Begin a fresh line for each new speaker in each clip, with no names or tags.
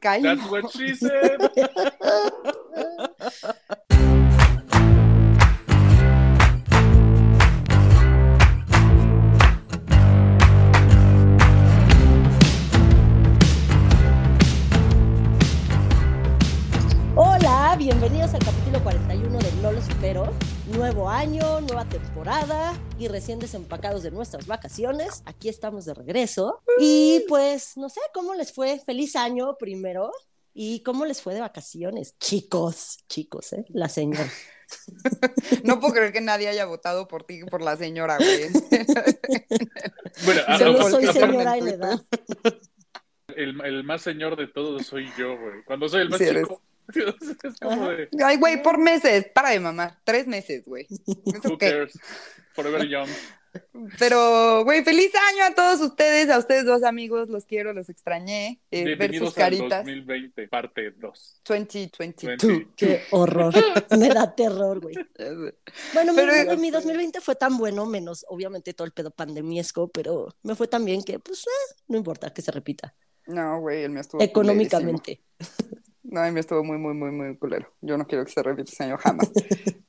Caímos.
That's what she said.
Hola, bienvenidos al capítulo 41 de No lo supero. Nuevo año, nueva temporada y recién desempacados de nuestras vacaciones. Aquí estamos de regreso. Y pues, no sé, ¿cómo les fue? Feliz año primero. ¿Y cómo les fue de vacaciones? Chicos, chicos, ¿eh? La señora.
No puedo creer que nadie haya votado por ti y por la señora, güey.
Bueno, a-
Solo
aparte-
soy
aparte,
señora en edad.
el, el más señor de todos soy yo, güey. Cuando soy el más
Sí eres.
chico. Es como de,
Ay, güey, por meses. Para de mamar. Tres meses, güey. Es
who
ok.
cares? Forever young.
Eh,
Pero, güey, feliz año a todos ustedes, a ustedes dos amigos. Los quiero, los extrañé. Eh, ver sus
Bienvenidos al
caritas.
2020, parte 2.
2022.
Qué horror. Me da terror, güey. Bueno, mi-
Pero-
mi, mi 2020 fue tan bueno, menos obviamente todo el pedo pandemiesco, pero me fue tan bien que, pues, eh, no importa que se repita.
No, güey, el mío estuvo.
Económicamente.
culerísimo. No, el mío estuvo muy, muy, muy, muy culero. Yo no quiero que se repita ese año jamás.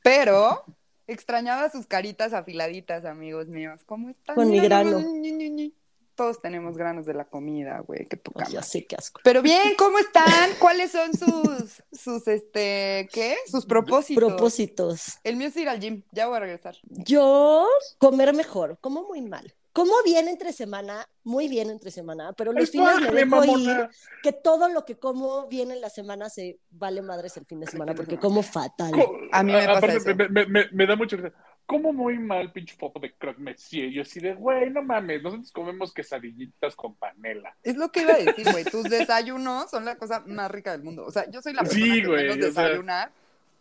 Pero extrañaba sus caritas afiladitas, amigos míos. ¿Cómo están?
Con mi
Mira,
grano.
ñi, ñi, ñi. Todos tenemos granos de la comida, güey. Qué poca
Ay, ya sé qué asco.
Pero bien, ¿cómo están? ¿Cuáles son sus, sus, este, qué? Sus propósitos.
Propósitos.
El mío es ir al gym, ya voy a regresar.
Yo comer mejor, como muy mal. Como bien entre semana, muy bien entre semana, pero los
¡Es
fines me
padre,
dejo
mamona!
ir, que todo lo que como bien en la semana se vale madres el fin de semana,
fin de
porque
semana.
como fatal.
Co-
A mí me pasa
aparte,
eso.
Me, me- me- me da mucha risa. Como muy mal, pinche foto de Croc Monsieur. Yo así de, güey, no mames, nosotros comemos quesadillitas con panela.
Es lo que iba a decir, güey. Tus desayunos son la cosa más rica del mundo. O sea, yo soy la persona
Sí,
que
güey,
menos
o sea.
desayunar.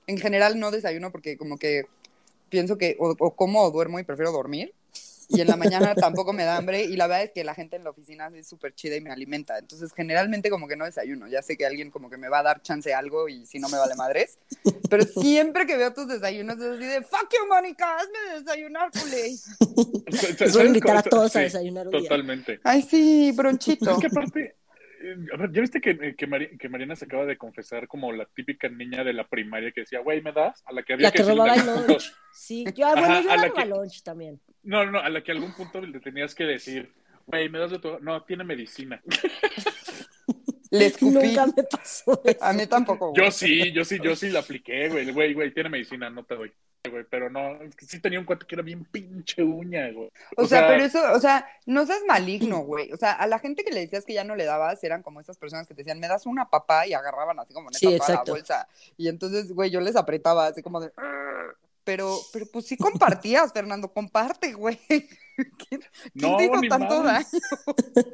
En general no desayuno porque como que pienso que o, o como o duermo y prefiero dormir. Y en la mañana tampoco me da hambre. Y la verdad es que la gente en la oficina es súper chida y me alimenta. Entonces, generalmente como que no desayuno. Ya sé que alguien como que me va a dar chance a algo y si no me vale madres. Pero siempre que veo tus desayunos es así de, fuck you, Mónica, hazme desayunar, culé.
Les voy a invitar a todos a
Sí,
desayunar un día.
Totalmente.
Ay, sí, bronchito.
Es que aparte, eh, a ver, ¿ya viste que, eh, que, Mari- que Mariana se acaba de confesar como la típica niña de la primaria que decía, güey, ¿me das? A la que había
La que
decirle
robaba
en
el
algún
lunch.
punto-
Sí, yo, ah, bueno,
Ajá,
yo
a la
daba
que-
lunch también.
No, no, no, a la que a algún punto le tenías que decir, güey, ¿me das de todo? No, tiene medicina.
Le escupí.
Nunca me pasó eso.
A mí tampoco. güey.
Yo sí, yo sí, yo sí la apliqué, güey, güey, güey, tiene medicina, no te doy. Güey, pero no, es que sí tenía un cuate que era bien pinche uña, güey.
O sea, pero eso, o sea, no seas maligno, güey. O sea, a la gente que le decías que ya no le dabas eran como estas personas que te decían, me das una papá y agarraban así como neta
Sí,
toda la
exacto.
bolsa. Y entonces, güey, yo les apretaba así como de. "Arr". Pero, pero pues sí compartías, Fernando, comparte, güey. ¿Quién, quién
No,
te hizo
ni
tanto
madres.
daño?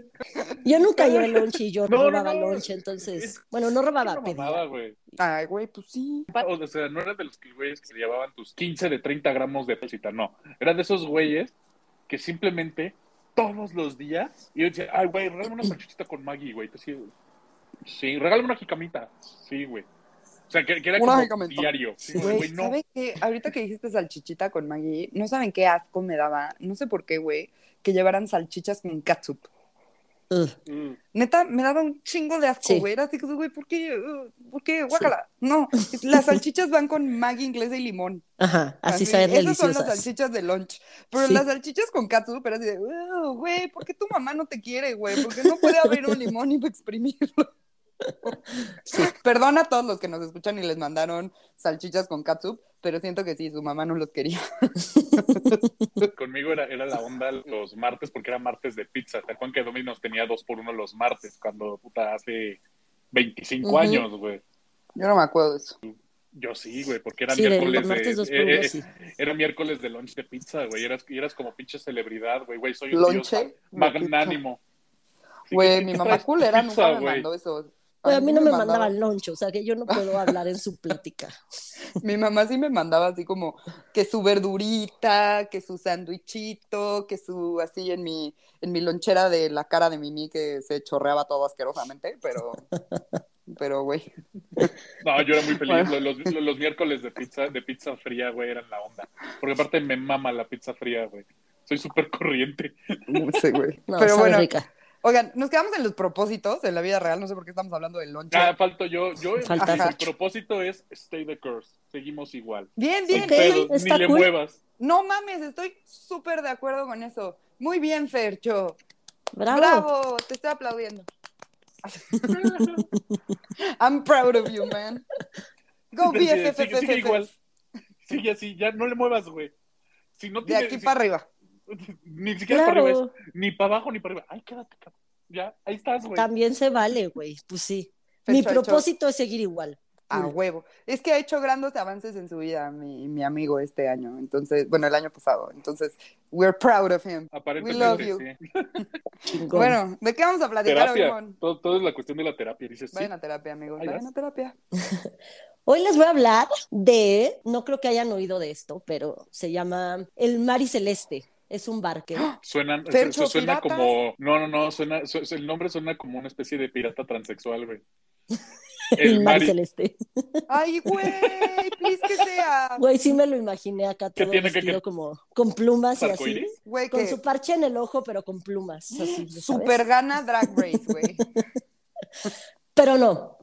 Yo nunca llevé lunch y yo
No, no,
robaba
no.
lunch, entonces,
Es-
bueno, no robaba,
Una
pedía.
mamada, güey.
Ay, güey, pues sí.
O sea, no era de los que- güeyes que se llevaban tus 15 de 30 gramos de pesita, no. Era de esos güeyes que simplemente todos los días. Y yo decía, ay, güey, regálame una salchichita con Maggie, güey. Entonces, sí, sí, regálame una jicamita. Sí, güey. O sea, que, que era
Una
como
jicamita.
diario. Sí,
Güey,
Pues, güey, no.
¿Saben qué? Ahorita que dijiste salchichita con Maggie, no saben qué asco me daba, no sé por qué, güey, que llevaran salchichas con catsup.
Ugh.
Mm.
Neta, me daba un chingo de asco,
Sí.
güey. Era así como, güey, ¿por qué? Uh, ¿Por qué? Guácala. No, las salchichas van con Maggi inglesa y limón.
Ajá, así, saben
Esas
deliciosas.
son las salchichas de lunch. Pero
Sí.
las salchichas con katsu, pero así de, "Uh, güey, ¿por qué tu mamá no te quiere, güey? ¿Por qué no puede abrir un limón y exprimirlo? Perdona a todos los que nos escuchan y les mandaron salchichas con katsu, pero siento que sí, su mamá no los quería.
Conmigo era, era la onda los martes, porque era martes de pizza. ¿Te acuerdan que Domino's tenía dos por uno los martes? Cuando, puta, hace 25
Ujú.
años, güey.
Yo no me acuerdo de eso.
Yo sí, güey, porque era
Sí, de
miércoles de...
martes dos por
eh,
uno,
eh,
sí.
Era miércoles de lunch de pizza, güey. Eras, y eras como pinche celebridad, güey. Güey, soy un
Lonche
dios ma- magnánimo. Sí,
Güey,
¿qué-
mi
qué
mamá
traes tu
culera
pizza,
nunca me
güey?
mandó eso.
Güey, a mí no me
mandaba-
mandaban lunch, o sea que yo no puedo hablar en su plática.
Mi mamá sí me mandaba así como que su verdurita, que su sándwichito, que su así en mi, en mi lonchera de la cara de Mimi que se chorreaba todo asquerosamente, pero, pero güey.
No, yo era muy feliz.
Bueno.
Los, los- los miércoles de pizza, de pizza fría, güey, eran la onda. Porque aparte me mama la pizza fría, güey. Soy súper corriente.
No sé, güey.
No,
pero
sabe
bueno,
rica.
Oigan, nos quedamos en los propósitos en la vida real, no sé por qué estamos hablando del lonche.
Ah, falto yo. yo
Falta
el
Nacho.
propósito es stay the course. Seguimos igual.
Bien,
Sin
bien.
Ok.
pedos, ni
está
le
cool.
muevas.
No mames, estoy súper de acuerdo con eso. Muy bien, Fercho.
Bravo.
Bravo. te estoy aplaudiendo. I'm proud of you, man. Go
Sigue- sigue- sigue igual.
BFFF.
Sigue así, ya no le muevas, güey. Si no
De
tiene,
aquí
si-
para arriba.
ni siquiera para arriba
Claro.
es, ni para abajo ni para arriba. Ay, quédate, cabrón. Ya, ahí estás, güey.
También se vale, güey. Pues sí. Mi
Fercho ha hecho
propósito es seguir igual.
A huevo. Es que ha hecho grandes avances en su vida, mi, mi amigo, este año. Entonces, bueno, el año pasado. Entonces, we're proud of him.
Aparentemente,
We love
sí.
Chingón.
Bueno, ¿de qué vamos a platicar hoy,
Terapia.
Mon?
Todo, todo es la cuestión de la terapia. Dices, sí,
Vayan a terapia, amigos.
Ahí
Vayan
vas.
a terapia.
Hoy les voy a hablar de, no creo que hayan oído de esto, pero se llama El Mar y Celeste. Es un barque.
suenan,
Fercho,
se- se suena
piratas.
como. No, no, no, suena, su- su- el nombre suena como una especie de pirata transexual, güey. El
mar y
Mari.
Celeste.
Ay, güey, please que sea.
Güey, sí me lo imaginé acá
¿Qué
todo
tiene que-
vestido
que-
como con plumas y así.
¿Arcoíris?
Güey,
Con
que
su parche en el ojo, pero con plumas. Así, ¿sabes?
super gana Drag Race, güey.
Pero no.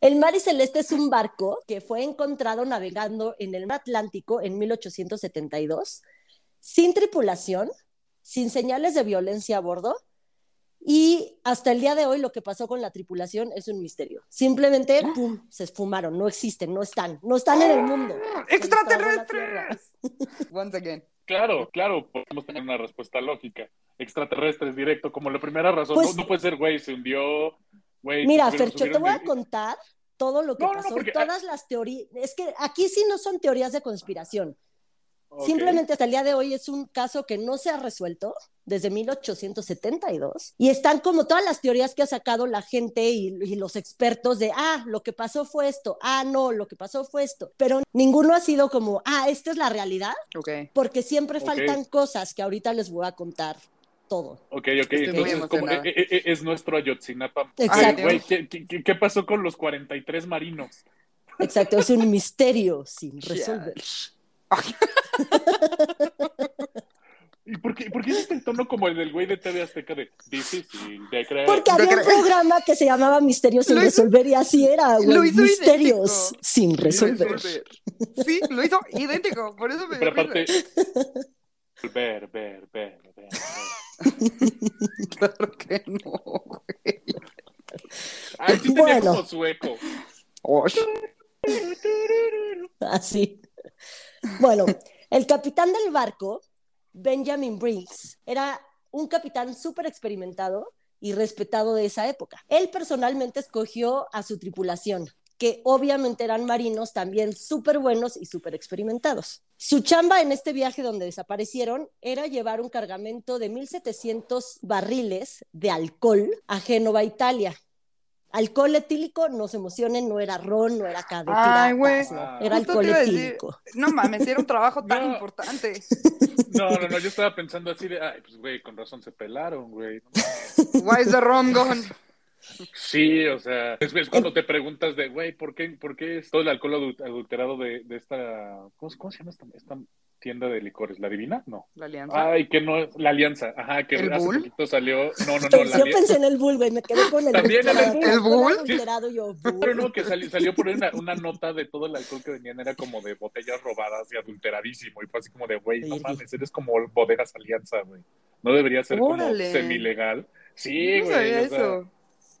El Mar y Celeste es un barco que fue encontrado navegando en el mar Atlántico en 1872, sin tripulación, sin señales de violencia a bordo. Y hasta el día de hoy lo que pasó con la tripulación es un misterio. Simplemente pum, se esfumaron, no existen, no están, no están en el mundo. Se les tragó la tierra.
¡Extraterrestres! Once again.
Claro, claro, podemos tener una respuesta lógica. Extraterrestres directo, como la primera razón.
Pues-
no, no puede ser, güey, se hundió. Güey,
Mira,
subieron-
Fercho, te
subieron
voy a
de-
contar todo lo que
No, no, no,
pasó,
porque-
todas las teorías. Es que aquí sí no son teorías de conspiración.
Ok.
Simplemente hasta el día de hoy es un caso que no se ha resuelto desde 1872 y están como todas las teorías que ha sacado la gente y, y los expertos de, ah, lo que pasó fue esto, ah, no, lo que pasó fue esto, pero ninguno ha sido como, ah, esta es la realidad,
Ok.
porque siempre
Ok.
faltan cosas que ahorita les voy a contar todo.
Ok, ok,
muy
entonces como,
emocionada.
eh, eh, eh, es nuestro Ayotzinapa.
Exacto.
Güey, ¿qué, qué, qué- qué pasó con los 43 marinos?
Exacto, es un misterio sin
Chale.
resolver.
¿Y por qué, por qué hiciste el tono como el del güey de TV Azteca de difícil de creer?
Porque
Yo
había un
creo-
programa que se llamaba Misterios sin
Lo hizo-
resolver y así era, güey,
lo hizo
Misterios
idéntico.
sin resolver.
Sí, lo hizo idéntico, por eso me
Pero
dio risa.
aparte... Ver, ver, ver, ver, ver.
Claro que no, güey.
Ay, sí tenía
Bueno.
como sueco.
Osh.
Así. Bueno, el capitán del barco, Benjamin Briggs, era un capitán súper experimentado y respetado de esa época. Él personalmente escogió a su tripulación, que obviamente eran marinos también súper buenos y súper experimentados. Su chamba en este viaje donde desaparecieron era llevar un cargamento de 1.700 barriles de alcohol a Génova, Italia. Alcohol etílico, no se emocionen, no era ron, no era cadete.
Ay, güey.
Era
Justo
alcohol
te iba a decir.
etílico.
No mames, era un trabajo tan
No.
importante.
No, no, no, yo estaba pensando así de, ay, pues güey, con razón se pelaron, güey.
Why is the rum gone?
Sí, o sea, es, es cuando te preguntas de, güey, ¿por qué, ¿por qué es todo el alcohol adu- adulterado de, de esta, ¿cómo, se- cómo se llama esta, esta tienda de licores? ¿La Divina? No.
La alianza.
Ay, que no, la Alianza, ajá, que
¿El
hace
Bull?
poquito salió, no,
eh,
no, no, la
yo
Alianza.
pensé en el bull, güey, me quedé con el
También en el
adulterado,
bull.
¿El bull?
adulterado, yo,
Pero
bull.
no, que salió, salió por ahí una, una nota de todo el alcohol que venían, era como de botellas robadas y adulteradísimo. Y fue así como de, güey, no
Virgen.
mames, eres como bodegas alianza, güey. No debería ser
Órale.
como semilegal. Sí,
no
güey.
sabía
o sea,
eso.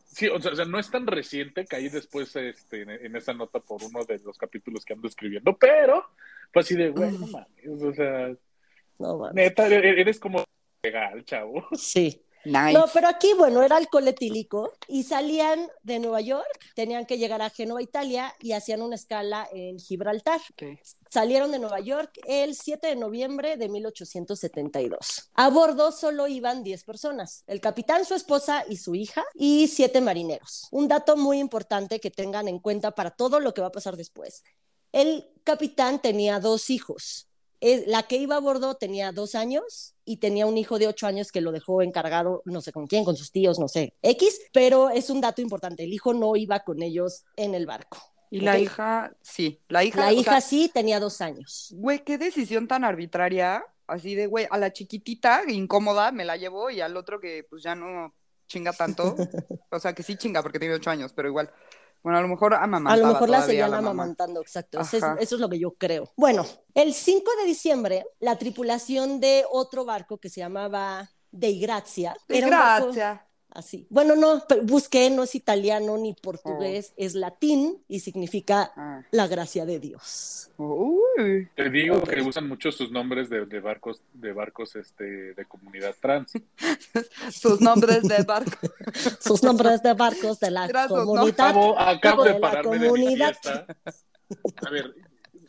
sí, o sea, o sea, no es tan reciente que ahí después este, en, en esa nota por uno de los capítulos que ando escribiendo, pero fue así de, güey, no mames. O sea,
No, mames.
neta, e- eres como legal, chavo.
Sí.
Nice.
No, pero aquí, bueno, era alcohol etílico y salían de Nueva York, tenían que llegar a Génova, Italia y hacían una escala en Gibraltar.
Ok.
Salieron de Nueva York el 7 de noviembre de 1872. A bordo solo iban 10 personas, el capitán, su esposa y su hija y 7 marineros. Un dato muy importante que tengan en cuenta para todo lo que va a pasar después. El capitán tenía dos hijos. Eh, La que iba a bordo tenía dos años y tenía un hijo de ocho años que lo dejó encargado, no sé con quién, con sus tíos, no sé, X, pero es un dato importante, el hijo no iba con ellos en el barco.
Y la
Ok.
hija, sí. La hija,
La
o sea,
hija sí tenía dos años.
Güey, qué decisión tan arbitraria, así de, güey, a la chiquitita incómoda me la llevo y al otro que pues ya no chinga tanto. O sea, que sí chinga porque tiene ocho años, pero igual. Bueno, a lo mejor amamantaba
A lo mejor la
todavía
seguían
mamá.
amamantando, exacto. Eso es,
Ajá.
eso es lo que yo creo. Bueno, el 5 de diciembre, la tripulación de otro barco que se llamaba Dei Grazia. era un barco-
Gracias.
Así. Bueno, no, pero busqué, no es italiano ni portugués,
Oh.
es latín y significa
Ah.
la gracia de Dios.
Uy.
Te digo
Ok.
que usan mucho sus nombres de, de barcos, de barcos este, de comunidad trans.
Sus nombres de barco.
Sus nombres de barcos de la
Gracias, ¿no?
comunidad.
Acabo, acabo
de
de
la
pararme de mi
comunidad.
fiesta. A ver,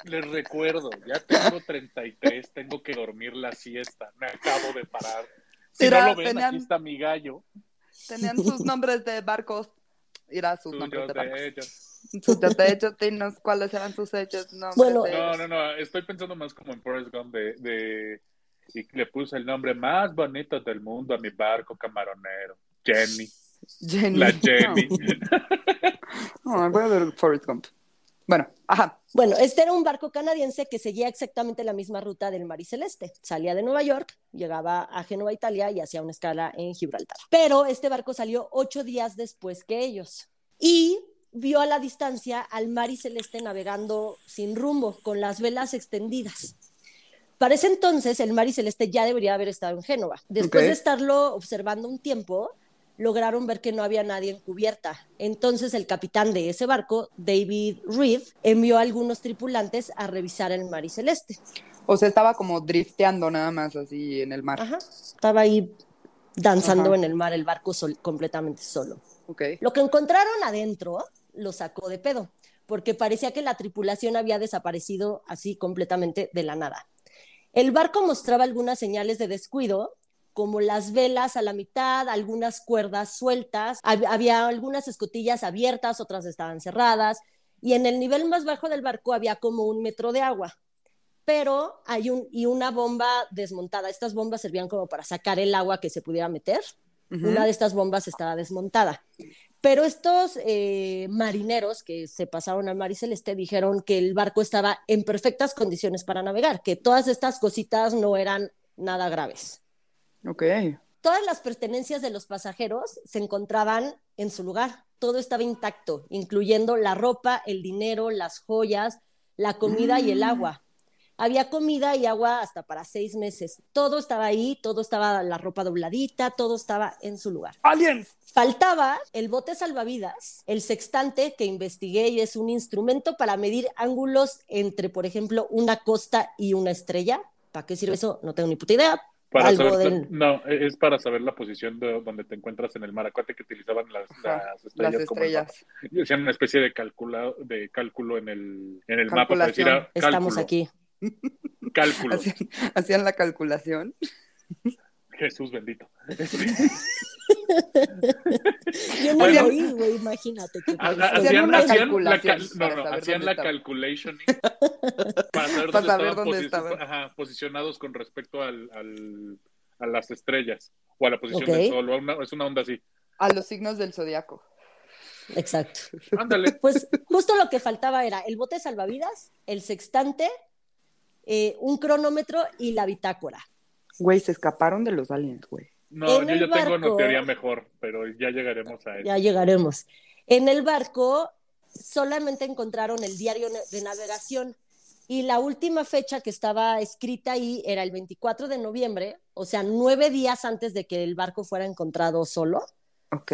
les recuerdo, ya tengo 33, tengo que dormir la siesta. Me acabo de parar. Si
Mira,
no lo ven,
tenían-
aquí está mi gallo.
Tenían sus nombres de barcos. Era sus
Tú,
nombres
yo,
de barcos.
de ellos.
Sus de hechos, dinos cuáles eran sus hechos. nombres
Bueno.
de
No,
ellos.
no, no, estoy pensando más como en Forrest Gump de, de- Y le puse el nombre más bonito del mundo a mi barco camaronero. Jenny.
Jenny.
La Jenny.
No, no, voy a ver Forrest Gump. Bueno, ajá.
Bueno, este era un barco canadiense que seguía exactamente la misma ruta del Mar y Celeste. Salía de Nueva York, llegaba a Génova, Italia y hacía una escala en Gibraltar. Pero este barco salió ocho días después que ellos y vio a la distancia al Mar y Celeste navegando sin rumbo, con las velas extendidas. Para ese entonces, el Mar y Celeste ya debería haber estado en Génova. Después
Ok.
de estarlo observando un tiempo, lograron ver que no había nadie en cubierta. Entonces el capitán de ese barco, David Reed, envió a algunos tripulantes a revisar el mar y celeste.
O sea, estaba como drifteando nada más así en el mar.
Ajá. Estaba ahí danzando
Ajá.
en el mar el barco sol- completamente solo.
Ok.
Lo que encontraron adentro lo sacó de pedo, porque parecía que la tripulación había desaparecido así completamente de la nada. El barco mostraba algunas señales de descuido, como las velas a la mitad, algunas cuerdas sueltas, hab- había algunas escotillas abiertas, otras estaban cerradas, y en el nivel más bajo del barco había como un metro de agua. Pero hay un, y una bomba desmontada. Estas bombas servían como para sacar el agua que se pudiera meter
Ujú.
una de estas bombas estaba desmontada. Pero estos eh, marineros que se pasaron al mar y celeste dijeron que el barco estaba en perfectas condiciones para navegar, que todas estas cositas no eran nada graves.
Ok.
Todas las pertenencias de los pasajeros se encontraban en su lugar, todo estaba intacto, incluyendo la ropa, el dinero, las joyas, la comida y el agua. Había comida y agua hasta para seis meses. Todo estaba ahí, todo estaba la ropa dobladita, todo estaba en su lugar.
¡Aliens!
Faltaba el bote salvavidas, el sextante que investigué y es un instrumento para medir ángulos entre, por ejemplo, una costa y una estrella. ¿Para qué sirve eso? No tengo ni puta idea.
Para
Algo
saber,
del-
No, es para saber la posición de donde te encuentras en el mar. Acuérdate que utilizaban las,
Ajá,
las estrellas
Las
como el mapa.
estrellas.
Y hacían una especie de, calcula, de cálculo en el, en el mapa para decir,
Calculación.
ah, cálculo,
Estamos aquí.
Cálculo.
Hacían, hacían la calculación.
Jesús bendito.
Yo no
Bueno.
lo oí, güey, imagínate. qué
Ha- ha-
triste.
Hacían
Hacían,
una
hacían la,
calculación
cal- no,
para
no,
saber
hacían
dónde
la
estaban.
calculation para saber
Para
dónde
saber
estaban,
dónde
posi-
estaban.
ajá, posicionados con respecto al, al- a las estrellas o a la posición
Ok.
del sol. o a una- es una onda así.
A los signos del zodiaco.
Exacto.
Ándale.
Pues justo lo que faltaba era el bote salvavidas, el sextante, eh, un cronómetro y la bitácora.
Güey, se escaparon de los aliens, güey.
No,
En
yo
el
ya tengo una
barco.
teoría mejor, pero ya llegaremos a eso.
Ya llegaremos. En el barco solamente encontraron el diario ne- de navegación y la última fecha que estaba escrita ahí era el 24 de noviembre, o sea, nueve días antes de que el barco fuera encontrado solo,
Ok.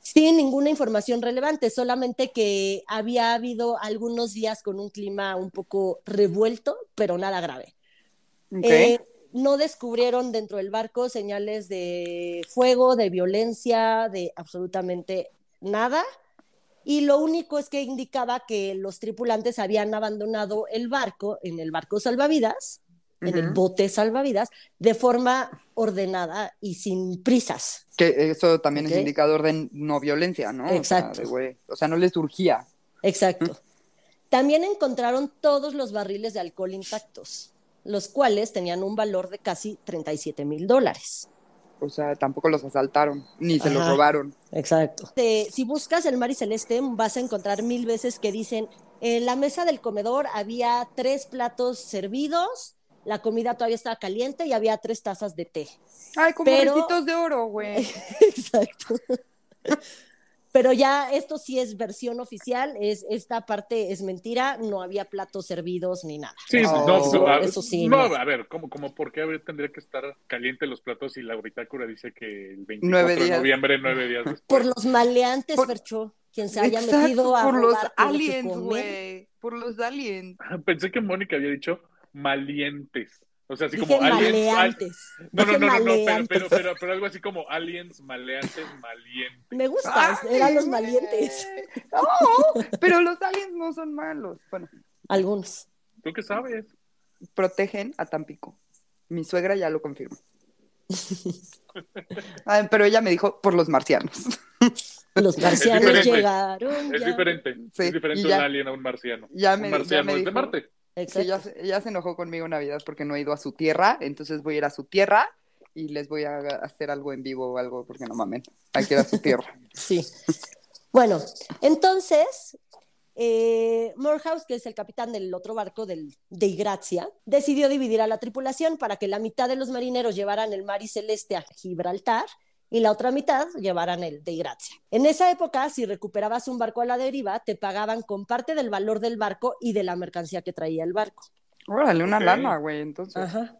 sin ninguna información relevante, solamente que había habido algunos días con un clima un poco revuelto, pero nada grave.
Ok.
Eh, no descubrieron dentro del barco señales de fuego, de violencia, de absolutamente nada. Y lo único es que indicaba que los tripulantes habían abandonado el barco en el barco salvavidas, en el
Ujú.
bote salvavidas, de forma ordenada y sin prisas.
Que eso también
Ok.
es indicador de no violencia, ¿no? O sea,
Exacto.
de güey. O sea, no les surgía.
Exacto.
Mm.
También encontraron todos los barriles de alcohol intactos, los cuales tenían un valor de casi 37 mil dólares.
O sea, tampoco los asaltaron, ni se los
Ajá.
robaron.
Exacto. Eh, si buscas el mar y celeste, vas a encontrar mil veces que dicen, en la mesa del comedor había tres platos servidos, la comida todavía estaba caliente y había tres tazas de té.
Ay, como
Pero-
recitos de oro, güey.
Exacto. Pero ya esto sí es versión oficial, es esta parte es mentira, no había platos servidos ni nada.
Sí,
No,
no,
eso-
a-
Ah, eso sí,
No, ah.
no.
a ver, ¿cómo, cómo por qué habría- tendría que estar caliente los platos y la bitácora dice que el 24
Nueve
de
días.
noviembre, nueve días después?
Por los maleantes,
Por-
Fercho, quien se haya
Exacto,
metido a
por los
robar tiene que
aliens,
comer.
güey. Por los aliens.
Ah, Pensé que Mónica había dicho malientes. O sea, así
Dije
como aliens. al-
maleantes.
No, no,
Dije
no, no, no, pero,
maleantes.
pero, pero, pero algo así como aliens, maleantes, malientes.
Me
Ah,
gusta, eran los malientes,
No, pero los aliens no son malos. Bueno,
algunos.
¿Tú qué sabes?
protegen a Tampico. Mi suegra ya lo confirmó. Ay, pero ella me dijo por los marcianos.
Los marcianos
diferente.
llegaron.
Es
ya.
diferente.
Sí,
es diferente
y
un
ya.
alien a un marciano.
Ya me,
Un
ya
marciano
me
es de
dijo
Marte.
que
Exacto.
ya, se- ella se enojó conmigo en Navidad porque no he ido a su tierra, entonces voy a ir a su tierra y les voy a hacer algo en vivo o algo porque no mamen. Hay que ir a su tierra.
Sí. Bueno, entonces, eh, Morehouse, que es el capitán del otro barco del, de Igracia, decidió dividir a la tripulación para que la mitad de los marineros llevaran el mar y celeste a Gibraltar y la otra mitad llevaran el de Igracia. En esa época, si recuperabas un barco a la deriva, te pagaban con parte del valor del barco y de la mercancía que traía el barco.
Órale, una
Ok.
lana, güey, entonces.
Ajá.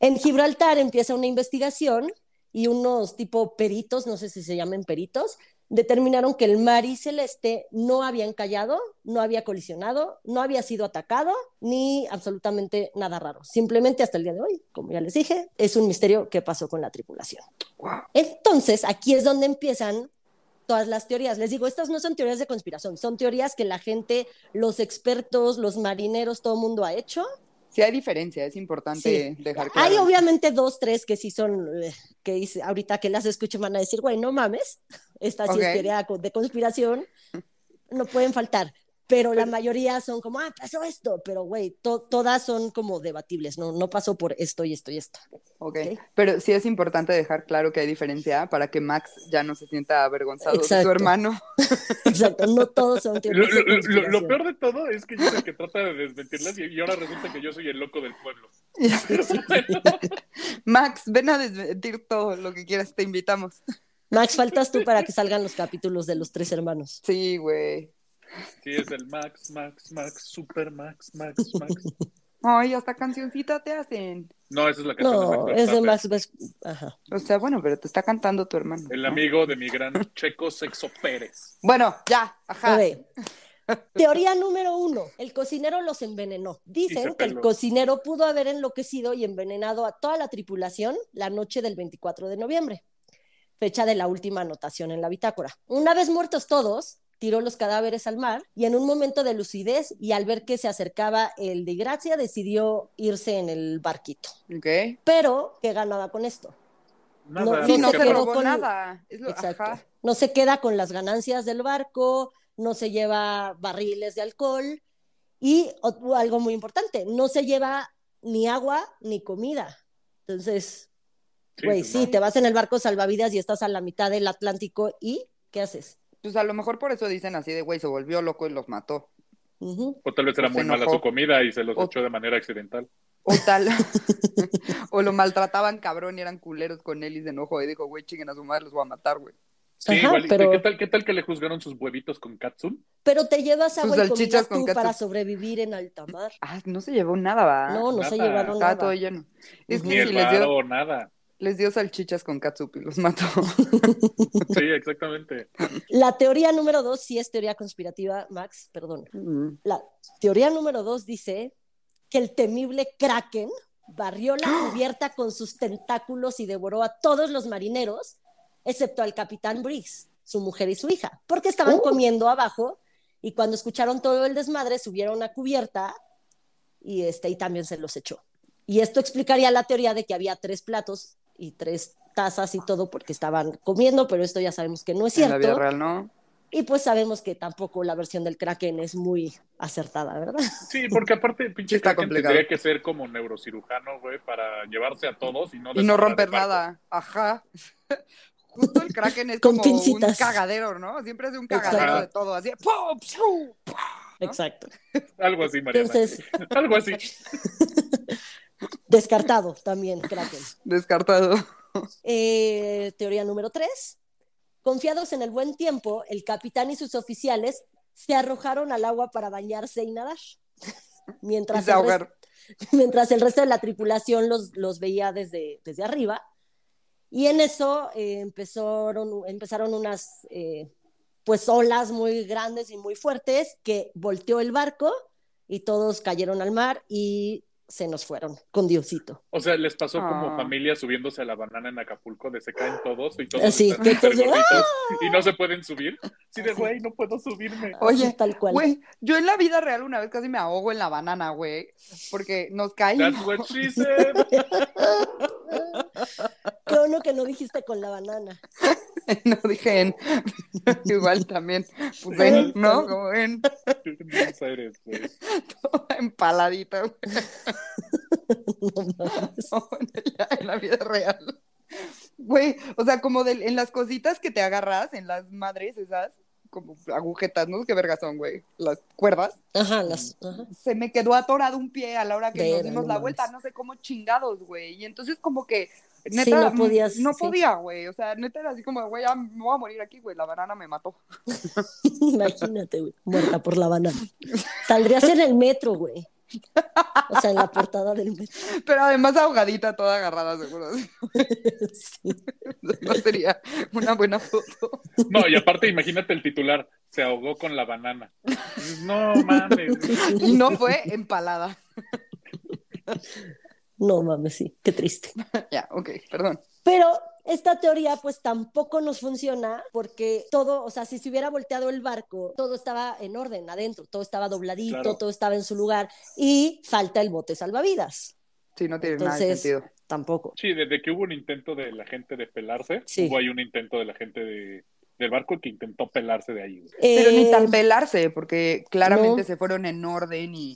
En Gibraltar empieza una investigación y unos tipo peritos, no sé si se llamen peritos, determinaron que el mar y celeste no habían callado, no había colisionado, no había sido atacado, ni absolutamente nada raro. Simplemente hasta el día de hoy, como ya les dije, es un misterio qué pasó con la tripulación.
Wow.
Entonces, aquí es donde empiezan todas las teorías. Les digo, estas no son teorías de conspiración, son teorías que la gente, los expertos, los marineros, todo el mundo ha hecho
Sí hay diferencia, es importante dejar claro.
hay obviamente dos, tres que sí son, eh, que dice, ahorita que las escuchen van a decir, güey, no mames, esta sí
Ok.
es teoría co- de conspiración, no pueden faltar, pero, la mayoría son como, ah, pasó esto, pero güey, to- todas son como debatibles, no, no pasó por esto y esto y esto.
Ok,
Ok.
pero sí es importante dejar claro que hay diferencia para que Max ya no se sienta avergonzado de su
Exacto.
hermano.
Exacto, no todos son
Lo,
teorías
lo-
de
lo- lo-
conspiración.
lo peor de todo es que yo soy el que trata de desmentirlas y, y ahora resulta que yo soy el loco del pueblo.
Max, ven a desmentir todo lo que quieras, te invitamos.
Max, faltas tú para que salgan los capítulos de los tres hermanos.
Sí, güey.
Sí, es el Max, Max, Max, Super Max, Max, Max.
Ay, hasta cancioncita te hacen.
No, esa es la canción
No,
de Max
es de Max.
Verstappen.
Ves- Ajá.
O sea, bueno, pero te está cantando tu hermano.
El
¿no?
amigo de mi gran checo Sexo Pérez.
Bueno, ya, ajá.
Ok. Teoría número uno, el cocinero los envenenó.
Y se
Dicen que el
peló.
cocinero pudo haber enloquecido y envenenado a toda la tripulación la noche del 24 de noviembre, fecha de la última anotación en la bitácora. Una vez muertos todos, tiró los cadáveres al mar y en un momento de lucidez y al ver que se acercaba el de Gracia, decidió irse en el barquito.
Ok.
Pero, ¿qué ganaba con esto?
Nada,
No,
Sí, no
se
se
quedó
robó
con-
nada. Es lo-
Exacto.
ajá.
No se queda con las ganancias del barco, no se lleva barriles de alcohol y o- algo muy importante, no se lleva ni agua ni comida. Entonces,
pues
güey, sí,
no.
te vas en el barco salvavidas y estás a la mitad del Atlántico y ¿qué haces?
Pues a lo mejor por eso dicen así de, güey, se volvió loco y los mató.
Ujú.
O tal vez era
Se
muy mala
enojó.
su comida y se los
O-
echó de manera accidental.
O tal. o lo maltrataban cabrón y eran culeros con él y se enojó y dijo, güey, chinguen a su madre, los voy a matar, güey.
Sí,
Ajá,
igual, ¿y
pero-
¿qué, tal, ¿Qué tal que le juzgaron sus huevitos con Katsum?
Pero te llevas
Sus
agua y comida
salchichas con
tú
catsup.
para sobrevivir en alta mar.
Ah, no se llevó Ah, nada, va.
No, no se
nada.
llevaron
Estaba
nada.
todo lleno. Es
Ujú.
Ni
que sí,
el
les dio,
varo, nada.
les dio salchichas con katsup y los mató.
Sí, exactamente.
La teoría número dos sí es teoría conspirativa, Max, perdón.
Mm.
La teoría número dos dice que el temible Kraken barrió la
¡Ah!
cubierta con sus tentáculos y devoró a todos los marineros, excepto al capitán Briggs, su mujer y su hija, porque estaban
Oh.
comiendo abajo y cuando escucharon todo el desmadre subieron a cubierta y, este, y también se los echó. Y esto explicaría la teoría de que había tres platos y tres tazas y todo porque estaban comiendo, pero esto ya sabemos que no es
En
cierto.
la vida real, ¿no?
Y pues sabemos que tampoco la versión del Kraken es muy acertada, ¿verdad?
Sí, porque aparte,
Sí
pinche
está
Kraken
complicado.
tendría que ser como neurocirujano, güey, para llevarse a todos y no,
Y no
desmadrar el
romper
barco.
nada. Ajá. Justo el Kraken es
Con
como
pincitas.
un cagadero, ¿no? Siempre hace un cagadero
Exacto.
de todo, así. ¡pum! ¡Psiu!
Exacto.
Algo así, Mariana.
Entonces,
Algo así.
Descartado también, Kraken.
Descartado.
Eh, teoría número tres. Confiados en el buen tiempo, el capitán y sus oficiales se arrojaron al agua para bañarse y nadar.
Y
Mientras,
se
el, res-
ahogar.
mientras el resto de la tripulación los, los veía desde, desde arriba. Y en eso eh, empezaron, empezaron unas eh, pues olas muy grandes y muy fuertes que volteó el barco y todos cayeron al mar y se nos fueron con Diosito.
O sea, les pasó como
Ah.
familia subiéndose a la banana en Acapulco, de se caen todos y todos
Sí.
están súper
Entonces, ¡ah!
gorditos y no se pueden subir. Sí, de
Así.
güey, no puedo subirme.
Oye,
Así, tal cual.
Güey, yo en la vida real una vez casi me ahogo en la banana, güey, porque nos caímos.
That's what she said.
Qué bueno que no dijiste con la banana.
No dije en. Igual también. Pues en, ¿no? Como en
Buenos Aires, güey.
todo empaladito, güey,
No mames.
¿no? en, la, en la vida real. Güey, o sea, como del- en las cositas que te agarras, en las madres esas, como agujetas, ¿no? Qué vergas son, güey. Las cuerdas.
Ajá, las. ajá.
se me quedó atorado un pie a la hora que
Verga,
nos dimos
no
la
mames.
vuelta, no sé cómo chingados, güey. Y entonces como que neta
Sí, no
mm,
podías,
no
sí.
podía, güey. O sea, neta era así como, güey, ya me voy a morir aquí, güey, la banana me mató.
Imagínate, güey, muerta por la banana. Saldrías en el metro, güey. O sea, en la portada del metro.
Pero además ahogadita toda agarrada, seguro.
Sí.
No sería una buena foto.
No, y aparte, imagínate el titular: se ahogó con la banana. Dices, No mames.
Y no fue empalada.
No mames, sí, qué triste.
Ya, ok, perdón.
Pero esta teoría, pues tampoco nos funciona porque todo, o sea, si se hubiera volteado el barco, todo estaba en orden adentro, todo estaba dobladito,
Claro.
todo estaba en su lugar y falta el bote salvavidas.
Sí, no tiene nada de
Entonces-
sentido.
Tampoco.
Sí, desde que hubo un intento de la gente de pelarse,
Sí.
hubo ahí un intento de la gente de- del barco que intentó pelarse de ahí. güey.
Pero
Eh,
ni tan pelarse, porque claramente
no.
se fueron en orden y...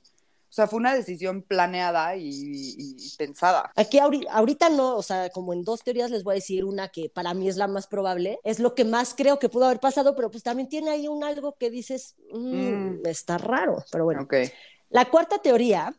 O sea, fue una decisión planeada y- y- y pensada.
Aquí ahori- ahorita no, o sea, como en dos teorías les voy a decir una que para mí es la más probable, es lo que más creo que pudo haber pasado, pero pues también tiene ahí un algo que dices, mm, está raro, pero bueno.
Ok.
La cuarta teoría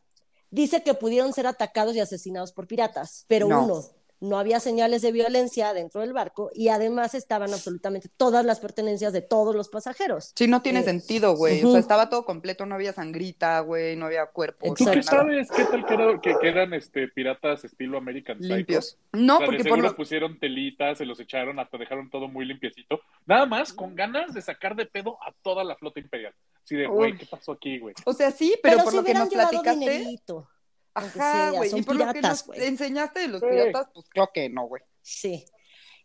dice que pudieron ser atacados y asesinados por piratas, pero
No.
uno, no había señales de violencia dentro del barco y además estaban absolutamente todas las pertenencias de todos los pasajeros.
Sí, no tiene
Eh,
sentido, güey. O
ujú.
sea, estaba todo completo, no había sangrita, güey, no había cuerpo.
¿Tú qué
Exacto.
sabes? ¿Qué tal que, era- que- que eran este, piratas estilo American Psycho?
Limpios.
O
No,
sea, de
porque por
seguro
lo...
pusieron telitas, se los echaron, hasta dejaron todo muy limpiecito. Nada más
Mm.
con ganas de sacar de pedo a toda la flota imperial. Así de, güey,
Uy.
¿qué pasó aquí, güey?
O sea, sí, pero, por
si
lo que
hubieran
nos
llevado
platicaste...
dinerito. aunque sea,
Ajá, güey.
son
Y por lo que
piratas,
nos
güey.
enseñaste de los
Sí.
piratas, pues creo que no, güey.
Sí.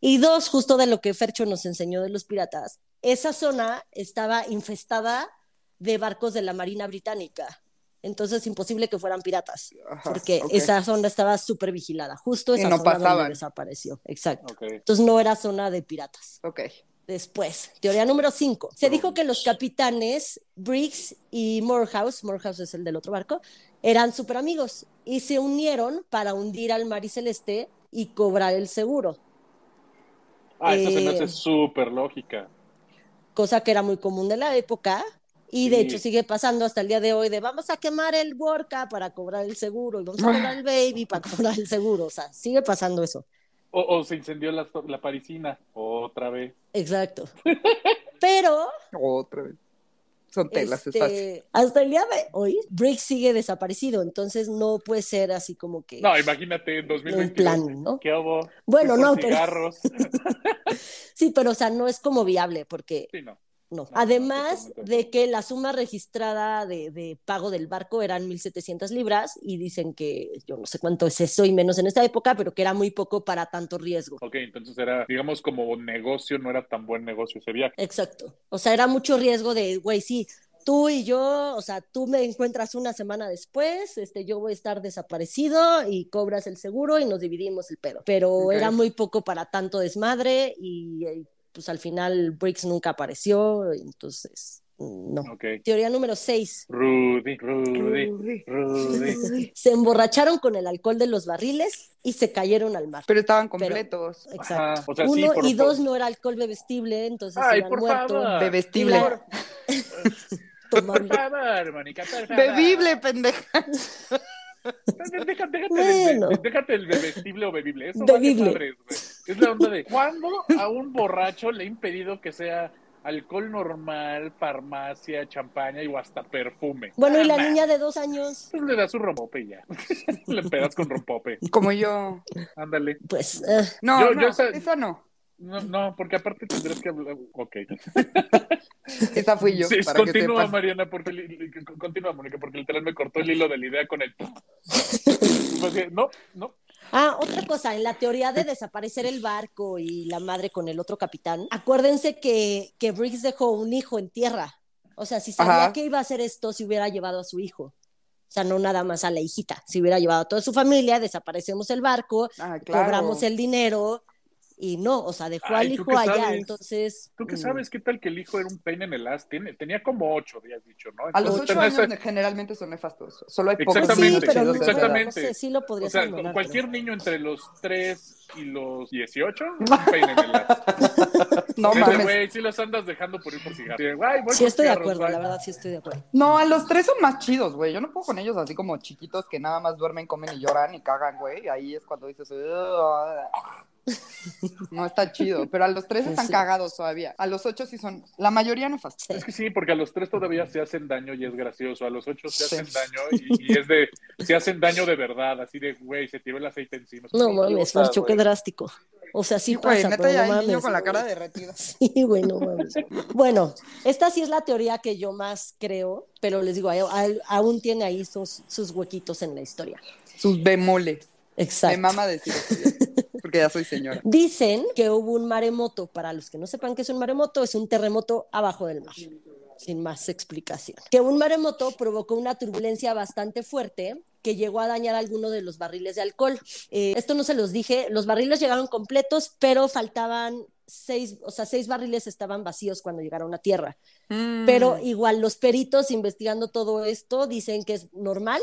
Y dos, justo de lo que Fercho nos enseñó de los piratas, esa zona estaba infestada de barcos de la Marina Británica. Entonces, imposible que fueran piratas,
Ajá,
porque
Ah, ok.
esa zona estaba súper vigilada, justo
Y
esa
no
zona donde
pasaban.
desapareció. Exacto.
Ok.
Entonces, no era zona de piratas.
Ok.
Después, teoría número 5. Se dijo que los capitanes Briggs y Morehouse, Morehouse es el del otro barco, eran súper amigos y se unieron para hundir al Mar y Celeste y cobrar el seguro,
Ah, esa se me
Eh,
hace súper lógica.
cosa que era muy común de la época y de
Sí.
hecho sigue pasando hasta el día de hoy de vamos a quemar el Worka para cobrar el seguro y vamos a cobrar el Baby para cobrar el seguro, o sea, sigue pasando eso.
O, o se incendió la, la parisina, otra vez.
Exacto. Pero
Otra vez. Son telas,
Este,
es fácil.
Hasta el día de hoy, Briggs sigue desaparecido, entonces no puede ser así como que
No, imagínate, en
un
2022.
plan, ¿no?
¿Qué hubo?
Bueno,
Fui por
no, pero
cigarros.
sí, pero o sea, no es como viable porque
Sí, no.
no.
no,
Además
totalmente.
de que la suma registrada de, de pago del barco eran 1.700 libras y dicen que yo no sé cuánto es eso y menos en esta época, pero que era muy poco para tanto riesgo.
Ok, entonces era, digamos, como negocio, no era tan buen negocio ese viaje.
Exacto. O sea, era mucho riesgo de, güey, sí, tú y yo, o sea, tú me encuentras una semana después, este, yo voy a estar desaparecido y cobras el seguro y nos dividimos el pedo. Pero
Ok.
era muy poco para tanto desmadre y, eh, pues al final Briggs nunca apareció, entonces no.
Ok.
Teoría número 6.
Rudy, Rudy,
Uy.
Rudy.
Se emborracharon con el alcohol de los barriles y se cayeron al mar.
Pero estaban completos.
Exacto.
Ajá, Ah, o sea, sí,
Uno
por-
y dos
por-
no era alcohol bebestible, entonces
Ay,
iban
por
muertos.
favor.
Bebestible.
Claro. Tomable.
Ah, Por favor, Mónica, por favor.
Bebible, pendeja.
Estás de- deja- déjate,
Bueno.
el, be- déjate el bebestible o bebible. Eso
Bebible.
vale madres, güey. Es la onda de ¿cuándo a un borracho le he impedido que sea alcohol normal, farmacia, champaña y o hasta perfume?
Bueno, y la
Jamás.
niña de dos años,
Pues le das un rompope y ya. le pegas con rompope.
Como yo.
Ándale.
pues, eh,
No,
Yo-
no,
yo sé-
esa no.
No, no, porque aparte tendrás que hablar. Ok.
Esa fui yo.
Sí,
para que
continúa,
sepas.
Mariana, porque li- li- con- continúa, Mónica, porque literal me cortó el hilo de la idea con el. Pues, eh, no, no.
Ah, otra cosa, en la teoría de desaparecer el barco y la madre con el otro capitán, acuérdense que, que Briggs dejó un hijo en tierra. O sea, si sabía
Ajá.
que iba a hacer esto, si hubiera llevado a su hijo. O sea, no nada más a la hijita. Si hubiera llevado a toda su familia, desaparecemos el barco,
Ah, claro.
cobramos el dinero y no, o sea, dejó
Ay,
al
¿tú
hijo
qué
allá.
sabes?
Entonces,
¿Tú qué
mm,
sabes? ¿Qué tal que el hijo era un pain en el as? Tiene, tenía como ocho, habías dicho, ¿no?
A los
Entonces,
ocho
en
años
esa-
generalmente son nefastos. Solo hay
pues
pocos
Exactamente,
sí, pero no,
chidos a esa edad.
exactamente.
no sé, sí lo
o
podrías
sea,
abandonar,
cualquier niño entre los tres y los 18, un pain en el as.
No
Ese
mames.
güey, sí los andas dejando por ir por cigarros. Ay, voy
pero- Sí
por
estoy de
cigarros,
acuerdo,
bye.
la verdad sí estoy de acuerdo.
No, a los tres son más chidos, güey. Yo no puedo con ellos así como chiquitos que nada más duermen, comen y lloran y cagan, güey. Ahí es cuando dices, "Ugh". no está chido. Pero a los tres
Pues
están
sí.
cagados todavía. A los ocho sí son, la mayoría nefastos.
Es que sí, porque a los tres todavía se hacen daño y es gracioso. A los ocho se
Sí.
hacen daño y, y es de. Se hacen daño de verdad, así de, güey, se tiró el aceite encima.
No
Sí,
mames,
o sea,
Pancho, qué
güey.
drástico. O sea, sí,
Sí, güey,
pasa,
neta
pero
ya
no
hay niño
mames.
con la cara derretida.
Sí, güey, no mames. Bueno, esta sí es la teoría que yo más creo, pero les digo, hay- hay- aún tiene ahí sus, sus huequitos en la historia.
Sus bemoles. Me
Exacto.
mama decir eso, porque ya soy señora.
Dicen que hubo un maremoto. Para los que no sepan qué es un maremoto, es un terremoto abajo del mar. Sin más explicación. Que un maremoto provocó una turbulencia bastante fuerte que llegó a dañar alguno de los barriles de alcohol. Eh, esto no se los dije, los barriles llegaron completos, pero faltaban seis, o sea, seis barriles estaban vacíos cuando llegaron a tierra.
Mm.
Pero igual los peritos investigando todo esto dicen que es normal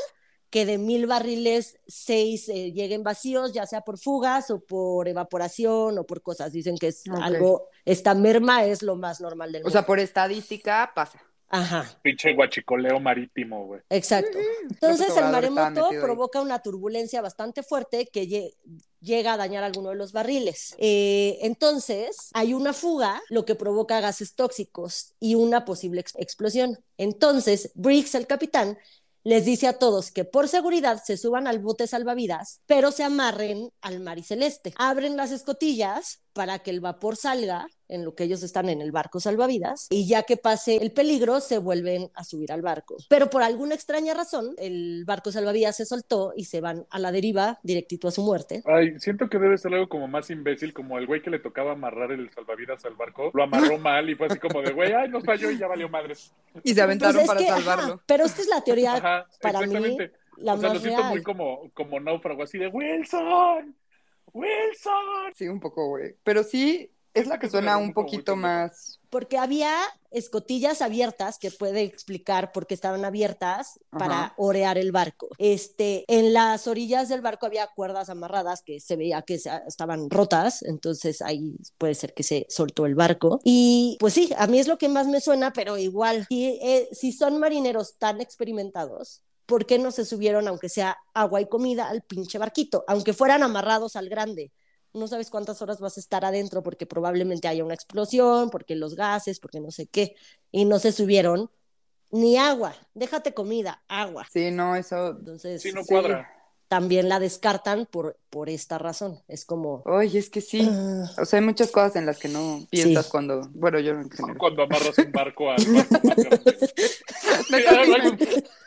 que de mil barriles, seis eh, lleguen vacíos, ya sea por fugas o por evaporación o por cosas. Dicen que es
Ok.
algo, esta merma es lo más normal del
O
mundo.
sea, por estadística pasa.
Ajá,
Pinche guachicoleo marítimo, güey.
exacto. Entonces el
Mm-hmm. Obrador estaba
maremoto
metido ahí.
provoca una turbulencia bastante fuerte que lle- llega a dañar alguno de los barriles. Eh, entonces hay una fuga, lo que provoca gases tóxicos y una posible ex- explosión. Entonces Briggs, el capitán, les dice a todos que por seguridad se suban al bote salvavidas, pero se amarren al mar y celeste. Abren las escotillas para que el vapor salga en lo que ellos están en el barco salvavidas y ya que pase el peligro se vuelven a subir al barco. Pero por alguna extraña razón el barco salvavidas se soltó y se van a la deriva directito a su muerte.
Ay, siento que debe ser algo como más imbécil, como el güey que le tocaba amarrar el salvavidas al barco, lo amarró mal y fue así como de, güey, ay, nos falló y ya valió madres.
Y se aventaron
Pues es
para
que, ajá,
salvarlo.
pero esta es la teoría
Ajá,
para mí,
exactamente.
la
o sea, lo
más
siento
real.
muy como, como náufrago, así de, Wilson, Wilson.
Sí, un poco, güey. Pero sí, es la que
Es una
suena
pregunta
un
como muy
poquito
pendeja.
más.
porque había escotillas abiertas que puede explicar por qué estaban abiertas
Ajá.
para orear el barco. Este, en las orillas del barco había cuerdas amarradas que se veía que se- estaban rotas, entonces ahí puede ser que se soltó el barco. Y pues sí, a mí es lo que más me suena, pero igual, si, eh, si son marineros tan experimentados. ¿Por qué no se subieron, aunque sea agua y comida, al pinche barquito? Aunque fueran amarrados al grande no sabes cuántas horas vas a estar adentro porque probablemente haya una explosión, porque los gases, porque no sé qué, y no se subieron ni agua, déjate comida, agua.
Sí, no, eso.
Entonces,
Sí, no
Sí.
cuadra.
también la descartan por, por esta razón. Es como...
Oye, es que sí.
ah,
O sea, hay muchas cosas en las que no piensas
Sí.
cuando. Bueno, yo no en general.
Cuando amarras un barco al barco más grande.
Neta, sí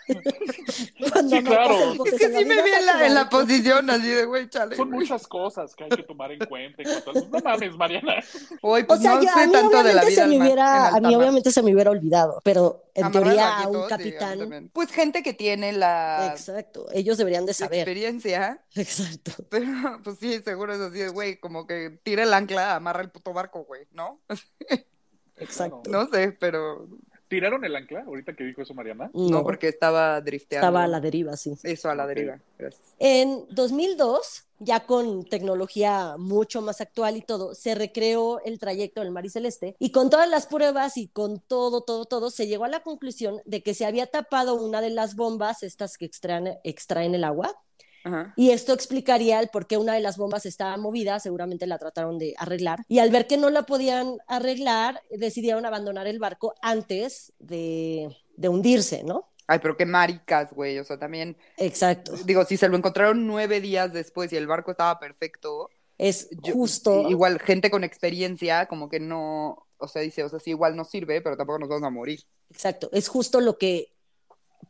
me-
cuando
Sí,
no
claro.
pasa el bote
Es que sí me
salvavidas
vi en
a
la,
tu
en la
barco.
posición así de, güey, chale.
Son
güey.
muchas cosas que hay que tomar en cuenta. en cuanto a- No mames, Mariana.
Oye,
O
pues
sea,
no
yo- a
sé
mí
tanto de la
obviamente
vida.
se me
al mar- en
hubiera,
alta
a mí
mar.
obviamente se me hubiera olvidado, pero en
Amarrar
teoría a
barquitos,
un
sí, a mí
capitán,
también. pues gente que tiene la
exacto, ellos deberían de saber,
experiencia,
exacto.
pero pues sí, seguro es así de, güey, como que tira el ancla, amarra el puto barco, güey, ¿no?
Exacto.
No sé, pero
¿Tiraron el ancla ahorita que dijo eso Mariana?
no,
No,
porque estaba drifteando.
estaba a la deriva, sí.
Eso, a la
Ok.
deriva. Gracias.
En 2002, ya con tecnología mucho más actual y todo, se recreó el trayecto del Mar y Celeste y con todas las pruebas y con todo, todo, todo, se llegó a la conclusión de que se había tapado una de las bombas, estas que extraen, extraen el agua,
Ajá.
Y esto explicaría el por qué una de las bombas estaba movida, seguramente la trataron de arreglar. Y al ver que no la podían arreglar, decidieron abandonar el barco antes de, de hundirse, ¿no?
Ay, pero qué maricas, güey. O sea, también,
Exacto.
digo, si se lo encontraron nueve días después y el barco estaba perfecto,
Es
yo-
justo.
Igual, gente con experiencia, como que no. O sea, dice, o sea, sí, igual no sirve, pero tampoco nos vamos a morir.
Exacto, es justo lo que,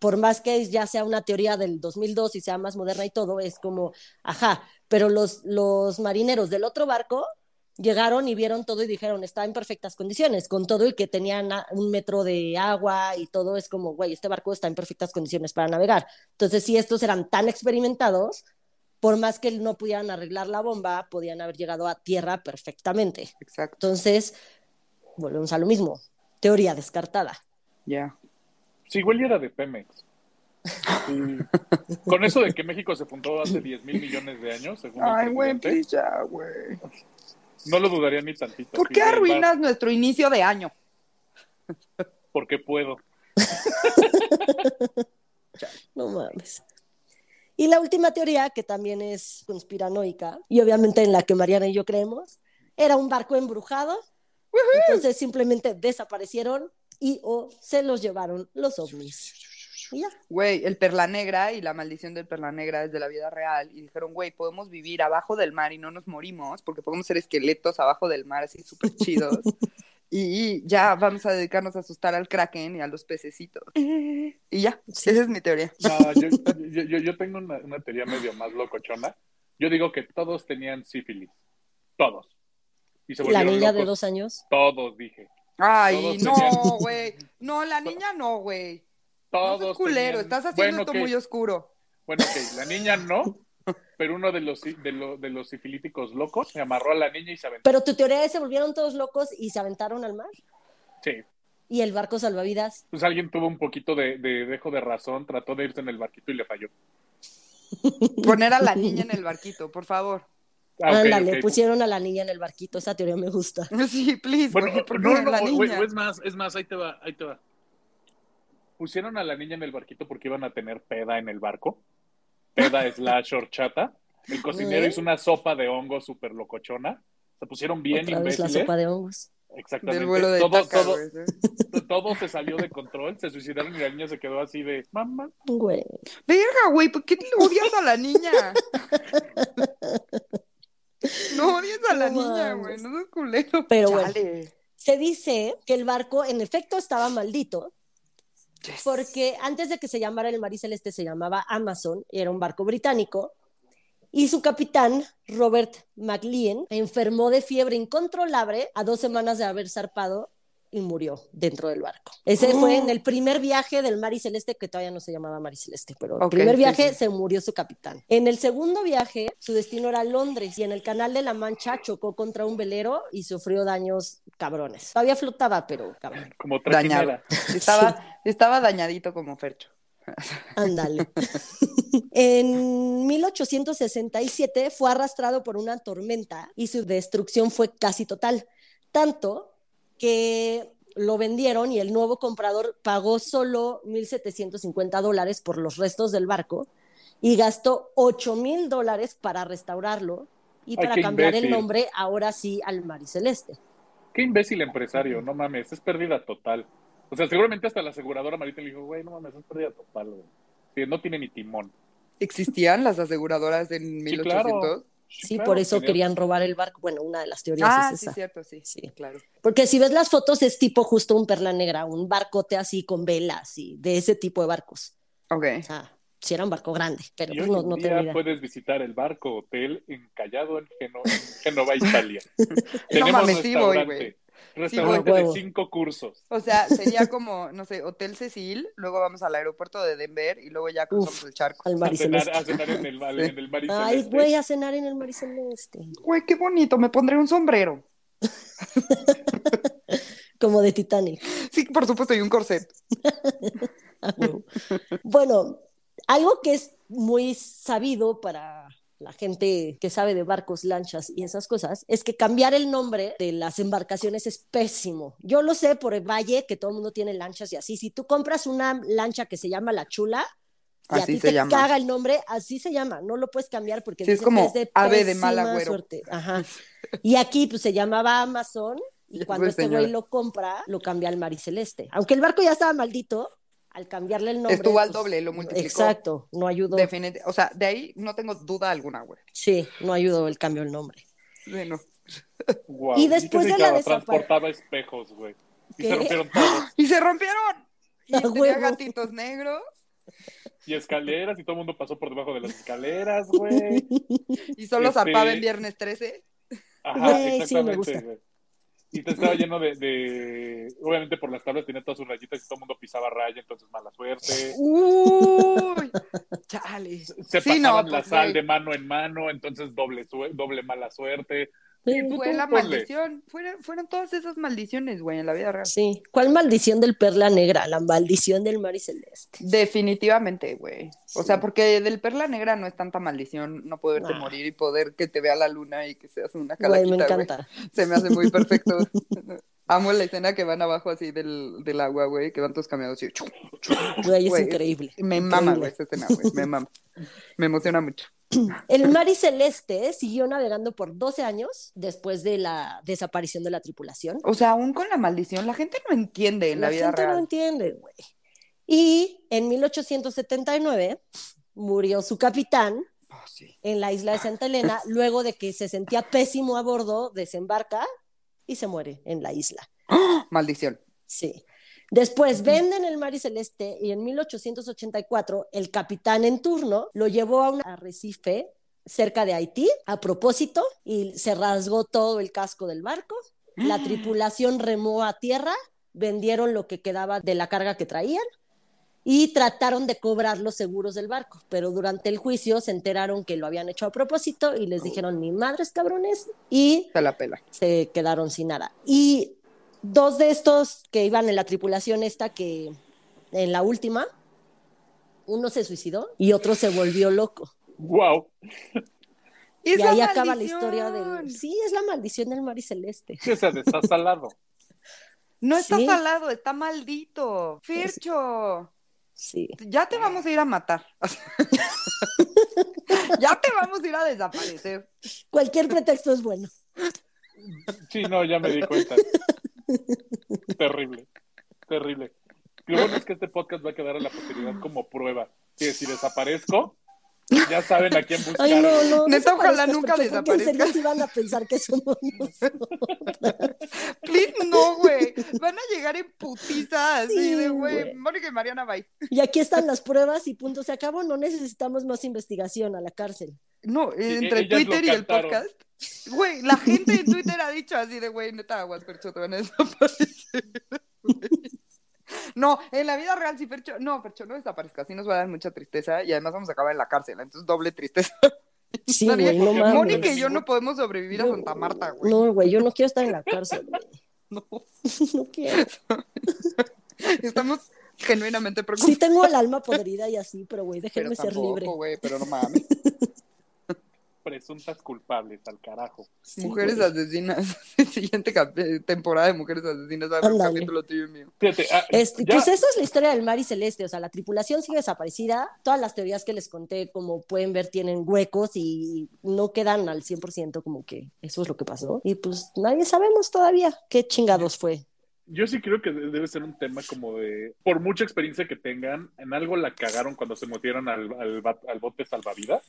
por más que ya sea una teoría del 2002 y sea más moderna y todo, es como, ajá, pero los, los marineros del otro barco llegaron y vieron todo y dijeron, está en perfectas condiciones, con todo y que tenían a- un metro de agua y todo, es como, güey, este barco está en perfectas condiciones para navegar. Entonces, si estos eran tan experimentados, por más que no pudieran arreglar la bomba, podían haber llegado a tierra perfectamente.
Exacto,
Entonces, volvemos a lo mismo, teoría descartada.
ya.
Sí, igual y era de Pemex. Sí. Con eso de que México se fundó hace 10 mil millones de años, según el presidente,
pues ya, güey.
no lo dudaría ni tantito.
pues, ¿Por
Sí,
qué
güey, va,
arruinas nuestro inicio de año?
Porque puedo.
No mames. Y la última teoría, que también es conspiranoica, y obviamente en la que Mariana y yo creemos, era un barco embrujado. Entonces simplemente desaparecieron y o se los llevaron los ovnis. Y ya.
Güey, el Perla Negra y la maldición del Perla Negra es de la vida real. Y dijeron, güey, podemos vivir abajo del mar y no nos morimos porque podemos ser esqueletos abajo del mar, así súper chidos. y ya vamos a dedicarnos a asustar al Kraken y a los pececitos. Y ya,
Sí.
esa es mi teoría.
No, yo, yo, yo- yo tengo una, una teoría medio más locochona. Yo digo que todos tenían sífilis. Todos. Y se
La
volvieron
niña de
locos.
dos años.
Todos, dije.
Ay,
Todos
no,
tenían-
güey. No, la niña no, güey. No
Todos.
seas culero,
tenían-
estás haciendo
Bueno,
esto
ok,
muy oscuro.
Bueno, ok, la niña no, pero uno de los, si- de, lo- de los sifilíticos locos se amarró a la niña y se aventó.
Pero tu teoría es se volvieron todos locos y se aventaron al mar.
Sí.
Y el barco salvavidas.
Pues alguien tuvo un poquito de, de dejo de razón, trató de irse en el barquito y le falló.
Poner a la niña en el barquito, por favor.
Ah, ok,
Ándale,
ok.
pusieron a la niña en el barquito. Esa teoría me gusta.
Sí, please,
Bueno,
güey, ¿por qué
no,
a la
no, güey,
niña?
güey, es más, es más, ahí te va, ahí te va. Pusieron a la niña en el barquito porque iban a tener peda en el barco. Peda slash horchata. El cocinero
¿Eh?
hizo una sopa de hongos súper locochona. Se pusieron bien ¿eh?
Otra vez la
imbéciles.
sopa de hongos.
Exactamente.
Del vuelo de
todo,
Taca,
todo,
güey, ¿sí?
todo se salió de control, se suicidaron y la niña se quedó así de, mamá,
Güey.
Verga, güey, ¿por qué le odias a la niña? No odias a la
No
niña, güey,
mames.
no seas culero.
Pero bueno.
Chale.
Se dice que el barco en efecto estaba maldito,
Yes.
porque antes de que se llamara el Mar Celeste se llamaba Amazon, y era un barco británico, y su capitán, Robert McLean, enfermó de fiebre incontrolable a dos semanas de haber zarpado y murió dentro del barco. Ese
Oh.
fue en el primer viaje del Mar y Celeste, que todavía no se llamaba Mar y Celeste, pero el
Ok,
primer
sí,
viaje
sí.
se murió su capitán. En el segundo viaje, su destino era Londres y en el Canal de la Mancha chocó contra un velero y sufrió daños cabrones. Todavía flotaba, pero cabrón.
como
Dañado.
trajinera.
Estaba, estaba dañadito como Fercho.
Ándale. en 1867 fue arrastrado por una tormenta y su destrucción fue casi total, tanto que lo vendieron y el nuevo comprador pagó solo 1.750 dólares por los restos del barco y gastó 8.000 dólares para restaurarlo y
Ay,
para
qué
cambiar el
imbécil.
nombre ahora sí al Mariceleste.
Qué imbécil empresario, no mames, es pérdida total. O sea, seguramente hasta la aseguradora marítima le dijo, güey, no mames, es pérdida total, güey. Sí, no tiene ni timón.
¿Existían las aseguradoras en
Sí, claro.
1800?
Sí,
claro,
por eso
tenía-
querían robar el barco. Bueno, una de las teorías
Ah,
es
sí,
esa.
cierto, sí.
Sí.
Claro.
Porque si ves las fotos es tipo justo un perla negra, un barcote así con velas y de ese tipo de barcos.
Ok.
O sea, si era un barco grande, pero
Y
pues
hoy
no,
en
no
día
tengo idea.
puedes visitar el barco hotel encallado en, Geno- en Génova, Italia. Tenemos
mames, sí voy,
restaurante.
güey.
Restaurante
voy.
de
Huevo.
cinco cursos.
O sea, sería como, no sé, Hotel Cecil, luego vamos al aeropuerto de Denver y luego ya cruzamos
Uf.
el charco.
Al
A cenar, a
mariceleste.
cenar en el, mar-
Sí.
en el mar y
Ay,
celeste.
güey, a cenar en el mariceleste.
Güey, qué bonito, me pondré un sombrero.
Como de Titanic.
Sí, por supuesto, y un corset.
Ah, huevo. bueno, algo que es muy sabido para la gente que sabe de barcos, lanchas y esas cosas, es que cambiar el nombre de las embarcaciones es pésimo. Yo lo sé por el valle, que todo el mundo tiene lanchas y así. Si tú compras una lancha que se llama La Chula, Y a
Así
ti
se
te
llama.
caga el nombre, así se llama, no lo puedes cambiar porque
Sí, es
dicen que
como
de
ave de mal
pésima
agüero. Ah.
suerte. Ajá. Y aquí pues se llamaba Amazon y
Ya,
cuando
pues,
este güey
señora.
lo compra, lo cambia al Mariceleste. Aunque el barco ya estaba maldito, al cambiarle el nombre. pues,
Estuvo al doble, lo multiplicó.
Exacto, no ayudó.
Definit- o sea, de ahí no tengo duda alguna, güey.
Sí, no ayudó el cambio del nombre.
Bueno,
Guau,
Y después de
dicen que
la
ahora
desapar-
transportaba espejos, güey. Y
¿Qué?
se rompieron todos.
Y se rompieron. Y
A
tenía
huevo.
gatitos negros
Y escaleras, y todo el mundo pasó por debajo de las escaleras, güey.
y solo
Este-
zarpaba en viernes 13.
Ajá,
Güey, sí, me
exactamente,
gusta.
güey. Y te estaba lleno de, de- Obviamente por las tablas tenía todas sus rayitas y todo el mundo pisaba raya, entonces mala suerte.
Uy, chale.
Se
Sí, no,
pasaban la
pues,
sal
güey.
de mano en mano, entonces doble, sue- doble mala suerte. Y tú,
Fue
tú,
la
ponle.
maldición. Fueron, fueron todas esas maldiciones, güey, en la vida real.
Sí. ¿Cuál maldición del perla negra? La maldición del Mariceleste.
Definitivamente, güey. O
Sí.
sea, porque del perla negra no es tanta maldición no poderte
Nah.
morir y poder que te vea la luna y que seas una
Güey,
calaquita,
me
güey.
encanta.
Se me hace muy perfecto. Amo la escena que van abajo así del, del agua, güey, que van todos caminando así. chum.
Güey, es
Güey,
increíble.
Me mama,
Increíble.
güey, esa escena, güey. Me mama. Me emociona mucho.
El Mariceleste siguió navegando por 12 años después de la desaparición de la tripulación.
O sea, aún con la maldición, la gente no entiende en la, vida
gente no
real.
entiende, güey. Y en 1879 murió su capitán
Ah, sí.
en la isla de Santa Elena luego de que se sentía pésimo a bordo, desembarca y se muere en la isla.
Maldición.
Sí. Después venden el Mar y Celeste y en 1884 el capitán en turno lo llevó a un arrecife cerca de Haití a propósito y se rasgó todo el casco del barco. La tripulación remó a tierra, vendieron lo que quedaba de la carga que traían y trataron de cobrar los seguros del barco, pero durante el juicio se enteraron que lo habían hecho a propósito y les dijeron, ni madres cabrones, y
Se la pela.
se quedaron sin nada. Y dos de estos que iban en la tripulación esta que en la última, uno se suicidó y otro se volvió loco.
¡Wow!
Es
y
la
ahí acaba la
maldición.
historia del... Sí, es la maldición del mar y celeste.
Sí, o sea, está salado.
No está
Sí.
salado, está maldito. Fircho,
Sí.
ya te vamos a ir a matar. ya te vamos a ir a desaparecer.
Cualquier pretexto es bueno.
Sí, no, ya me di cuenta. Terrible, terrible. Lo bueno es que este podcast va a quedar a la posteridad como prueba. Que si desaparezco, ya saben a quién buscar.
Ay, no, no.
Neta, ojalá
desaparezcas,
nunca
porque creo que en serio
desaparezcas.
sí van a pensar que somos nosotros.
Please, no, güey. Van a llegar en putiza así
Sí,
de,
güey.
güey. Mónica y Mariana, bye.
Y aquí están las pruebas y punto, se acabó. No necesitamos más investigación a la cárcel.
No,
e-
entre el
ellas lo
Twitter y el
cantaron.
podcast. Güey, la gente en Twitter ha dicho así de, güey, neta, aguas, Percho, te van a desaparecer. No, en la vida real, sí, Percho, no, Percho, no desaparezca, sí nos va a dar mucha tristeza y además vamos a acabar en la cárcel, entonces doble tristeza.
Sí,
Nadie-
güey, no mames.
Mónica y yo no podemos sobrevivir a
Yo-
Santa Marta, güey.
No, güey, yo no quiero estar en la cárcel, güey.
No.
No quiero.
Estamos genuinamente preocupados.
Sí tengo el alma podrida y así, pero güey,
pero
déjenme ser libre.
tampoco, güey, pero no mames.
Presuntas culpables, al carajo.
Sí,
Mujeres
güey.
asesinas. Siguiente cap- eh, temporada de Mujeres asesinas. va a haber un
Ándale.
capítulo tuyo y mío.
Fíjate, ah,
Este,
ya,
pues esa es la historia del mar y celeste, o sea, la tripulación sigue desaparecida, todas las teorías que les conté, como pueden ver, tienen huecos y no quedan al 100% como que eso es lo que pasó. Y pues nadie sabemos todavía qué chingados fue.
yo sí creo que de- debe ser un tema como de, por mucha experiencia que tengan, en algo la cagaron cuando se metieron al, al, ba- al bote salvavidas.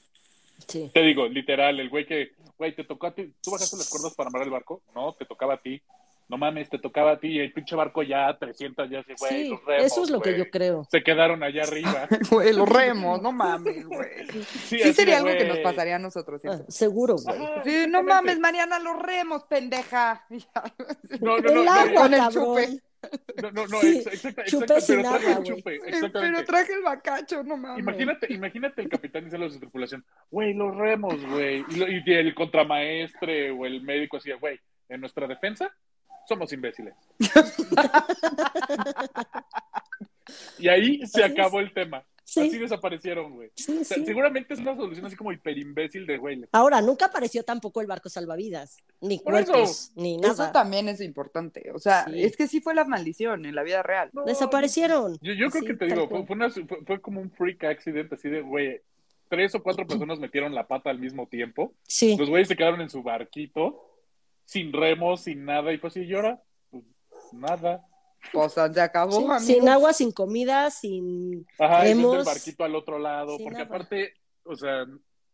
Sí.
Te digo, literal, el güey que, güey, te tocó a ti, tú bajaste las cuerdas para amarrar el barco, no, te tocaba a ti, no mames, te tocaba a ti, y el pinche barco ya a 300, ya se, güey,
Sí,
los remos,
eso es lo que
güey,
yo creo.
Se quedaron allá arriba.
Güey, los remos, no mames, güey.
Sí,
Sí
así de,
sería algo que
güey.
nos pasaría a nosotros.
Ah,
siento.
seguro, güey.
Ajá,
Sí, no
exactamente.
mames, Mariana, los remos, pendeja.
No, no, no,
El
no,
agua,
Con el
cabrón.
chupe.
No, no, no,
Sí,
exa- exacta-
chupé
exacta-
sin
pero traje
agua,
el
güey.
chupe,
Pero
exactamente.
traje el bacacho, no mames.
Imagínate, imagínate el capitán dice a los de tripulación, güey, los remos, güey. Y, lo- y el contramaestre o el médico así, güey, en nuestra defensa somos imbéciles. y ahí
Así
se
es.
acabó el tema. Así
Sí,
desaparecieron, güey.
sí,
O sea,
sí.
Seguramente es una solución así como hiperimbécil de, güey,
Ahora, nunca apareció tampoco el barco salvavidas, ni
Por eso.
cuerpos, ni
Eso
nada.
también es importante. O sea,
Sí.
es que sí fue la maldición en la vida real.
No,
Desaparecieron.
Yo, yo creo
Sí,
que te
tal
digo, fue,
cual.
fue una- fue- fue como un freak accident, así de, güey, tres o cuatro personas metieron la pata al mismo tiempo.
Sí.
Los güeyes se quedaron en su barquito, sin remos, sin nada, y fue así, ¿y ahora? Pues, nada.
O sea, se acabó,
Sí,
amigos.
sin agua, sin comida, sin...
Ajá, y vende el
Remos.
barquito al otro lado,
Sí,
porque
nada.
aparte, o sea,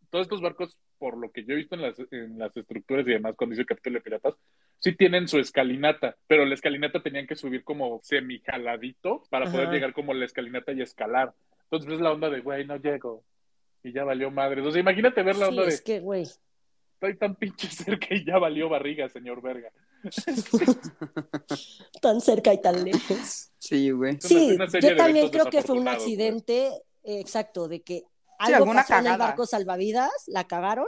todos estos barcos, por lo que yo he visto en las, en las estructuras y demás, cuando hice el capítulo de piratas, sí tienen su escalinata, pero la escalinata tenían que subir como semijaladito para poder
Ajá.
llegar como a la escalinata y escalar. Entonces pues, es la onda de, güey, no llego. Y ya valió madre. O sea, imagínate ver la
Sí,
onda de,
es que, güey.
estoy tan pinche cerca y ya valió barriga, señor verga.
Tan cerca y tan lejos.
Sí, güey.
Es una-
Sí,
una serie
yo
de
también
eventos
creo que fue un
desafortunados, güey.
accidente eh, exacto, de que algo
alguna
pasó en el
cagada.
barco salvavidas, la cagaron.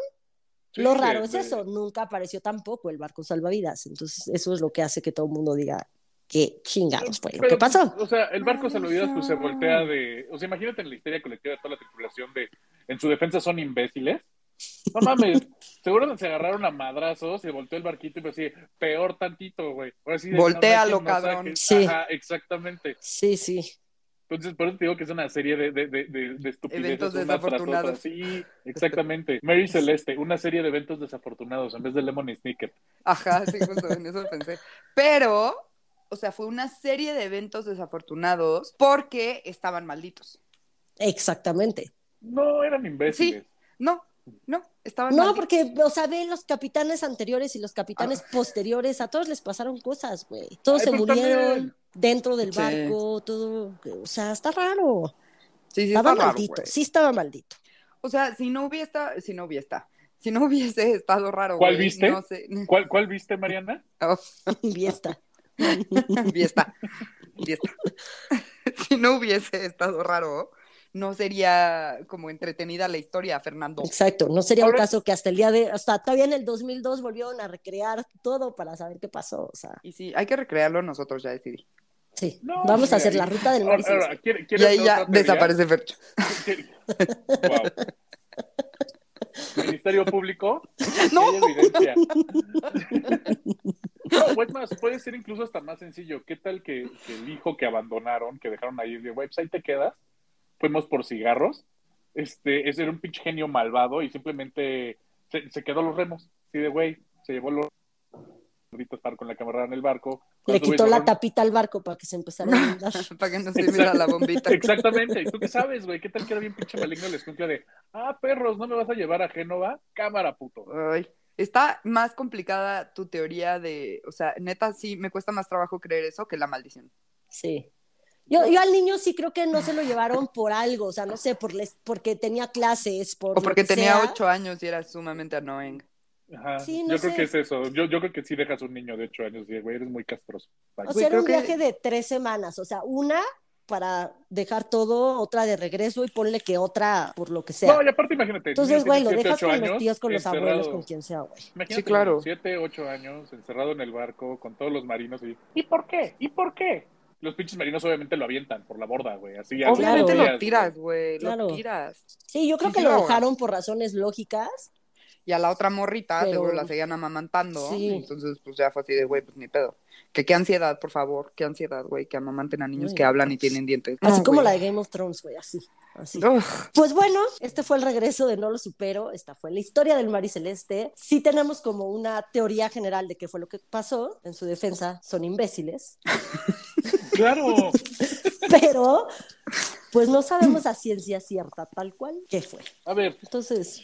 Sí,
lo raro
de-
es
de-
eso, nunca apareció tampoco el barco salvavidas. Entonces, eso es lo que hace que todo el mundo diga que chingados fue lo que
Pero, pues
pues, pasó.
O sea, el barco salvavidas pues se
Maldición.
voltea de... O sea, imagínate en la histeria colectiva de toda la tripulación de... En su defensa son imbéciles. No mames. Seguro se agarraron a madrazos, se volteó el barquito y fue así, peor tantito, güey. Ahora sí, de- no,
Voltéalo,
no, no,
cabrón.
que-
Sí.
Ajá, exactamente.
Sí, sí.
Entonces, por eso te digo que es una serie de, de, de, de, de estupideces.
Eventos
una tras
desafortunados.
otra. Sí, exactamente. Mary Celeste, una serie de eventos desafortunados en vez de Lemon Snicket.
Ajá, sí, justo en eso pensé. Pero, o sea, fue una serie de eventos desafortunados porque estaban malditos.
Exactamente.
No, eran imbéciles.
No, no, estaban
No,
malditos.
porque, o sea, ve los capitanes anteriores y los capitanes posteriores, a todos les pasaron cosas, güey. Todos
Ah.
se
Ay, pues,
murieron
también.
dentro del
Sí.
barco, todo. O sea, está raro.
Sí, sí,
estaba
está raro,
maldito,
güey.
sí estaba maldito.
O sea, si no hubiera, si no hubiera, si no hubiese estado raro,
¿Cuál
güey,
viste?
No sé.
¿Cuál, ¿Cuál viste, Mariana?
Fiesta.
Fiesta. Fiesta. si no hubiese estado raro, no sería como entretenida la historia, Fernando.
Exacto, no sería un
Ahora-
caso que hasta el día de, hasta todavía en el 2002 volvieron a recrear todo para saber qué pasó, o sea,
Y sí, hay que recrearlo nosotros, ya decidí.
sí,
No,
vamos a
sí,
hacer
ahí-
la ruta del
Ahora,
Mauricio.
ahora, ¿quiere-
Y
quiere
ahí
otra
ya
teoría?
desaparece Fercho.
Wow. Ministerio Público,
No.
no. evidencia. No, es más, puede ser incluso hasta más sencillo. ¿Qué tal que, que el hijo que abandonaron, que dejaron ahí, de "Güey, pues ahí te quedas? Fuimos por cigarros. Este, ese era un pinche genio malvado y simplemente se, se quedó los remos. Sí, de güey, se llevó los remos para con la camarada en el barco.
Le
Cuando, güey,
quitó la
lograron-
tapita al barco para que se empezara a inundar.
Para que no sirviera la bombita.
Exactamente. ¿Y tú qué sabes, güey? ¿Qué tal que era bien pinche maligno el escuncla de, ah, perros, ¿no me vas a llevar a Génova? Cámara, puto.
Ay, está más complicada tu teoría de, o sea, neta sí me cuesta más trabajo creer eso que la maldición.
Sí. Yo, yo al niño sí creo que no se lo llevaron por algo, o sea, no sé, por les, porque tenía clases, por
O
lo
porque
que
tenía
sea.
ocho años y era sumamente annoying.
Ajá.
Sí, no
yo creo
sé.
que es eso. Yo, yo creo que sí dejas un niño de 8 años y, güey, eres muy castroso. Bye.
O
Güey,
sea, era
creo
un
que-
viaje de tres semanas, o sea, una para dejar todo, otra de regreso y ponle que otra por lo que sea.
no, y aparte, imagínate.
Entonces,
niño
güey, lo
tiene siete,
dejas
ocho
con los
años,
tíos, con los
encerrado.
abuelos, con quien sea, güey.
Imagínate,
Sí, claro.
7, 8 años, encerrado en el barco, con todos los marinos. ¿Y, ¿Y por qué? ¿Y por qué? Los pinches marinos obviamente lo avientan por la borda, güey.
Oh,
Así, a los
Obviamente
días,
lo tiras, güey,
Claro.
lo tiras.
Sí, yo creo
Sí,
que
sí,
lo
ahora.
dejaron por razones lógicas.
Y a la otra morrita
Pero-
seguro la seguían amamantando.
Sí.
Entonces, pues ya fue así de, güey, pues ni pedo. Que qué ansiedad, por favor, qué ansiedad, güey, que amamanten a niños
Uy,
que
no. pues,
hablan y tienen dientes.
Así
No,
como la
Ah, güey.
de Game of Thrones, güey, así. así.
Ugh,
Pues bueno, este fue el regreso de No lo supero, esta fue la historia del Mar y Celeste. Sí tenemos como una teoría general de qué fue lo que pasó, en su defensa son imbéciles,
Claro.
pero pues no sabemos a ciencia cierta tal cual qué fue.
A ver,
Entonces,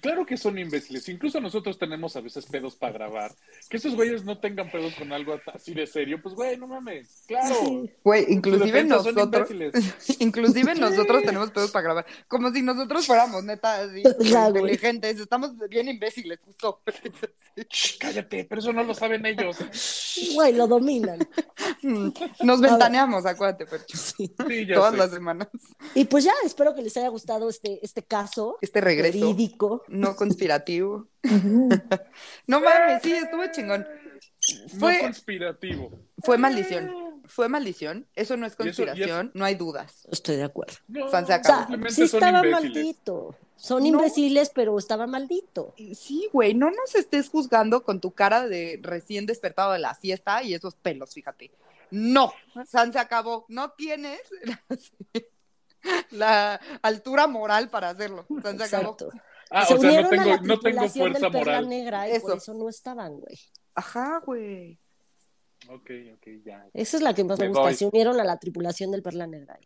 Claro que son imbéciles. Incluso nosotros tenemos a veces pedos para grabar. Que esos güeyes no tengan pedos con algo así de serio, pues güey, no mames. Claro.
sí,
Güey, inclusive
Los defensas son
nosotros,
imbéciles.
inclusive nosotros tenemos pedos para grabar. Como si nosotros fuéramos neta así,
Ya, güey.
inteligentes, estamos bien imbéciles, justo.
Shh, cállate, pero eso no lo saben ellos.
güey, lo dominan.
Mm, Nos ventaneamos, acuérdate, Percho.
Sí, ya
Todas
sé.
las semanas.
Y pues ya, espero que les haya gustado este, este caso
Este regreso
verídico.
no conspirativo. no mames, sí, estuvo chingón.
No
Fue-
conspirativo.
Fue maldición. fue maldición, eso no es
Ah. Y eso- y eso-
conspiración, no hay dudas.
Estoy de acuerdo.
No,
Fan se
no,
acabó.
O sea,
simplemente
sí
son
estaba
imbéciles.
maldito. Son
No.
imbéciles, pero estaba maldito.
Sí, güey, no nos estés juzgando con tu cara de recién despertado de la siesta y esos pelos, fíjate. No, San se acabó. No tienes la altura moral para hacerlo. San se acabó.
Exacto.
Ah,
Se
o sea, no
unieron a
tengo,
la
no tengo
tripulación
fuerza
del Perla
moral.
Negra y por
Eso.
eso no estaban, güey.
Ajá, güey.
Ok, ok, ya.
Esa es la que más me,
Me
gusta.
voy.
Se unieron a la tripulación del Perla Negra.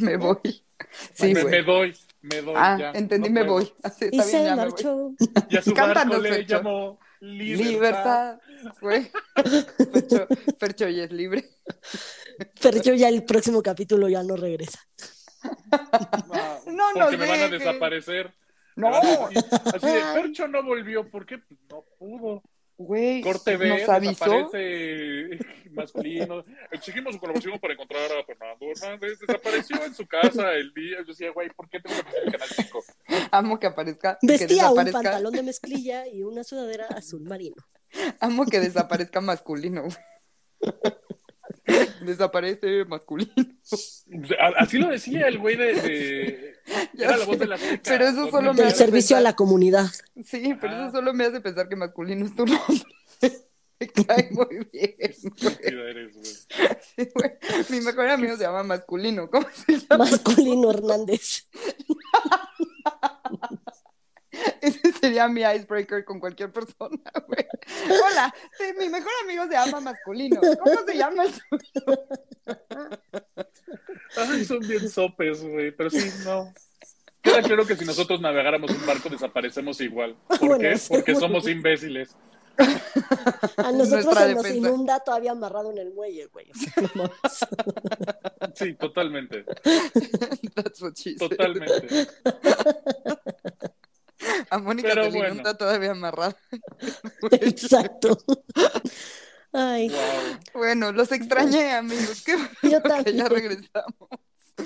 Me voy. Sí,
me, me
güey.
doy, me doy. ya,
Ah, entendí,
no
me
puedo.
voy. Así,
Y
está bien,
se
ya me voy.
marchó.
Y a su
Cántanos,
barco le
Fercho.
llamó Libertad.
Libertad, güey. Fercho, Fercho y es libre.
Pero yo ya el próximo capítulo ya no regresa.
No
Ah, porque
nos
me van a
dejes.
desaparecer. Me
No,
van a decir, Así de, Percho no volvió, ¿por qué? Pues No pudo.
güey.
Corte B,
Nos avisó.
desaparece masculino. Exigimos su colaboración para encontrar a Fernando Hernández. Desapareció en su casa el día. Yo decía, güey, ¿por qué tengo que aparecer en el canal 5?
Amo que aparezca. que
Vestía un
desaparezca.
pantalón de mezclilla y una sudadera azul marino.
Amo que desaparezca masculino. güey. Desaparece masculino.
Pues, Así lo decía el güey de. de-
Ya
Era la
sé.
voz de la seca.
Pero eso solo me
Del
hace
servicio a la comunidad.
Sí, pero
Ajá.
eso solo me hace pensar que masculino es tu nombre. Me cae muy bien.
Estúpido eres, güey.
Sí, güey. Mi mejor amigo se llama masculino. ¿Cómo se llama?
Masculino Hernández.
Ese sería mi icebreaker con cualquier persona, güey. Hola, sí, mi mejor amigo se llama masculino. ¿Cómo se llama el tuyo?
Ay, son bien sopes, güey. Pero sí, no. Queda claro que si nosotros navegáramos un barco desaparecemos igual. ¿Por
Bueno,
qué?
sí.
Porque somos imbéciles.
A nosotros
Nuestra
se nos
defensa.
inunda todavía amarrado en el muelle, güey. O sea, no mames.
Sí, totalmente.
That's what she said.
Totalmente.
A Mónica
Pero
se le
bueno.
inunda todavía amarrada.
Exacto. Ay,
Wow.
Bueno, los extrañé, amigos. Qué bueno
yo
que
también.
ya regresamos.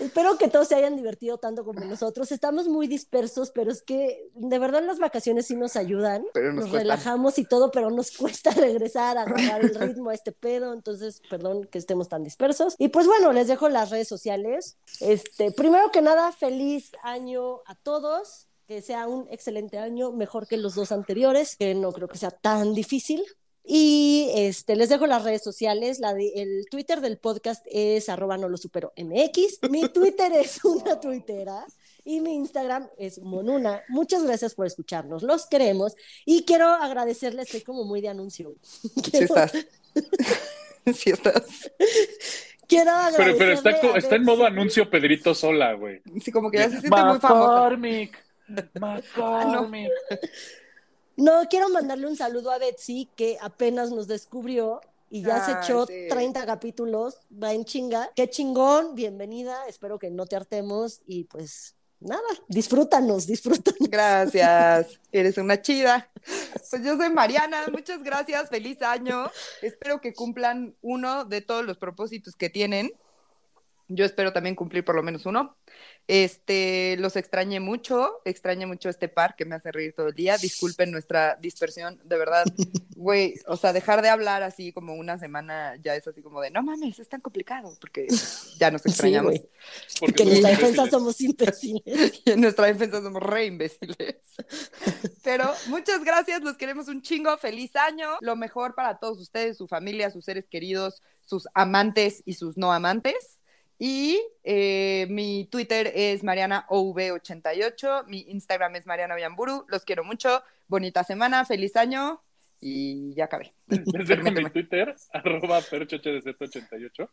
Espero que todos se hayan divertido tanto como nosotros. Estamos muy dispersos, pero es que de verdad las vacaciones sí nos ayudan.
Pero
Nos,
nos cuesta.
relajamos y todo, pero nos cuesta regresar a agarrar el ritmo a este pedo. Entonces, perdón que estemos tan dispersos. Y pues bueno, les dejo las redes sociales. Este, primero que nada, feliz año a todos. Que sea un excelente año, mejor que los dos anteriores, que no creo que sea tan difícil. Y este, les dejo las redes sociales. La de- el Twitter del podcast es arroba no lo supero MX. Mi Twitter es una tuitera y mi Instagram es monuna. Muchas gracias por escucharnos. Los queremos. Y quiero agradecerles, estoy como muy de anuncio.
Si
Quiero,
estás. Si estás.
quiero
Pero,
agradecerle.
pero está, co-
a
está en
Betsy.
modo anuncio Pedrito Sola, güey.
Sí, como que ya se siente muy famosa. Ah,
McCormick.
No, quiero mandarle un saludo a Betsy, que apenas nos descubrió y ya se
Ay,
echó
sí.
30 capítulos. Va en chinga. Qué chingón, bienvenida. Espero que no te hartemos y pues nada, disfrútanos, disfrútanos.
Gracias. Eres una chida. Pues yo soy Mariana. Muchas gracias. Feliz año. Espero que cumplan uno de todos los propósitos que tienen. Yo espero también cumplir por lo menos uno. Este, los extrañé mucho, extrañé mucho este par que me hace reír todo el día. Disculpen nuestra dispersión, de verdad. Güey, o sea, dejar de hablar así como una semana ya es así como de, no mames, es tan complicado porque ya nos extrañamos.
güey.
Porque
que en
somos
nuestra
imbéciles.
defensa somos imbéciles.
Y en nuestra defensa somos re imbéciles. Pero muchas gracias, los queremos un chingo, feliz año, lo mejor para todos ustedes, su familia, sus seres queridos, sus amantes y sus no amantes. Y eh, mi Twitter es MarianaOV88, mi Instagram es Mariana Ollamburu, los quiero mucho, bonita semana, feliz año y ya acabé.
Les dejo mi Twitter, arroba perchohdz88.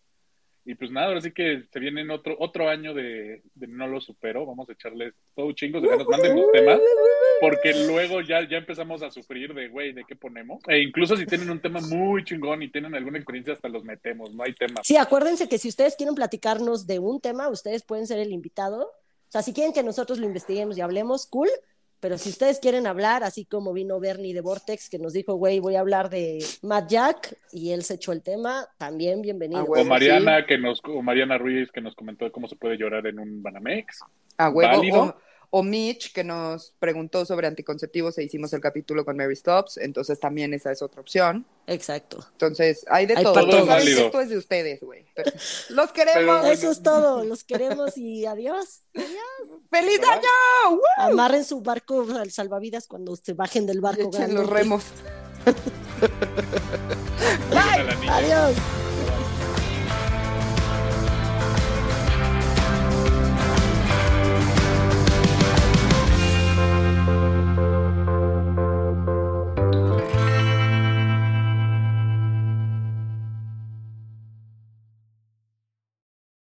Y pues nada, ahora sí que se vienen otro, otro año de, de No Lo Supero. Vamos a echarles todo chingos de ganas. Manden los temas, porque luego ya, ya empezamos a sufrir de, güey, ¿de qué ponemos? E incluso si tienen un tema muy chingón y tienen alguna experiencia, hasta los metemos. No hay tema.
Sí, acuérdense que si ustedes quieren platicarnos de un tema, ustedes pueden ser el invitado. O sea, si quieren que nosotros lo investiguemos y hablemos, cool. Pero si ustedes quieren hablar, así como vino Bernie de Vortex, que nos dijo, güey, voy a hablar de Matt Jack, y él se echó el tema, también bienvenido.
Ah,
O
güey. Huevo,
Mariana, que nos, o Mariana Ruiz, que nos comentó cómo se puede llorar en un Banamex.
A huevo.
Válido.
O, O Mitch, que nos preguntó sobre anticonceptivos e hicimos el capítulo con Mary Stops, entonces también esa es otra opción.
Exacto.
Entonces, hay de
Hay
todo.
para
Ustedes
todos.
saben que
Válido.
Esto es de ustedes, güey. Pero- Los queremos.
Pero-
Eso es todo. Los queremos y adiós.
¡Feliz
¿Verdad?
año!
Amarren su barco al salvavidas cuando se bajen del
Y
barco.
echen
grande.
los remos.
Cuiden a la niña.
Adiós.
Bye.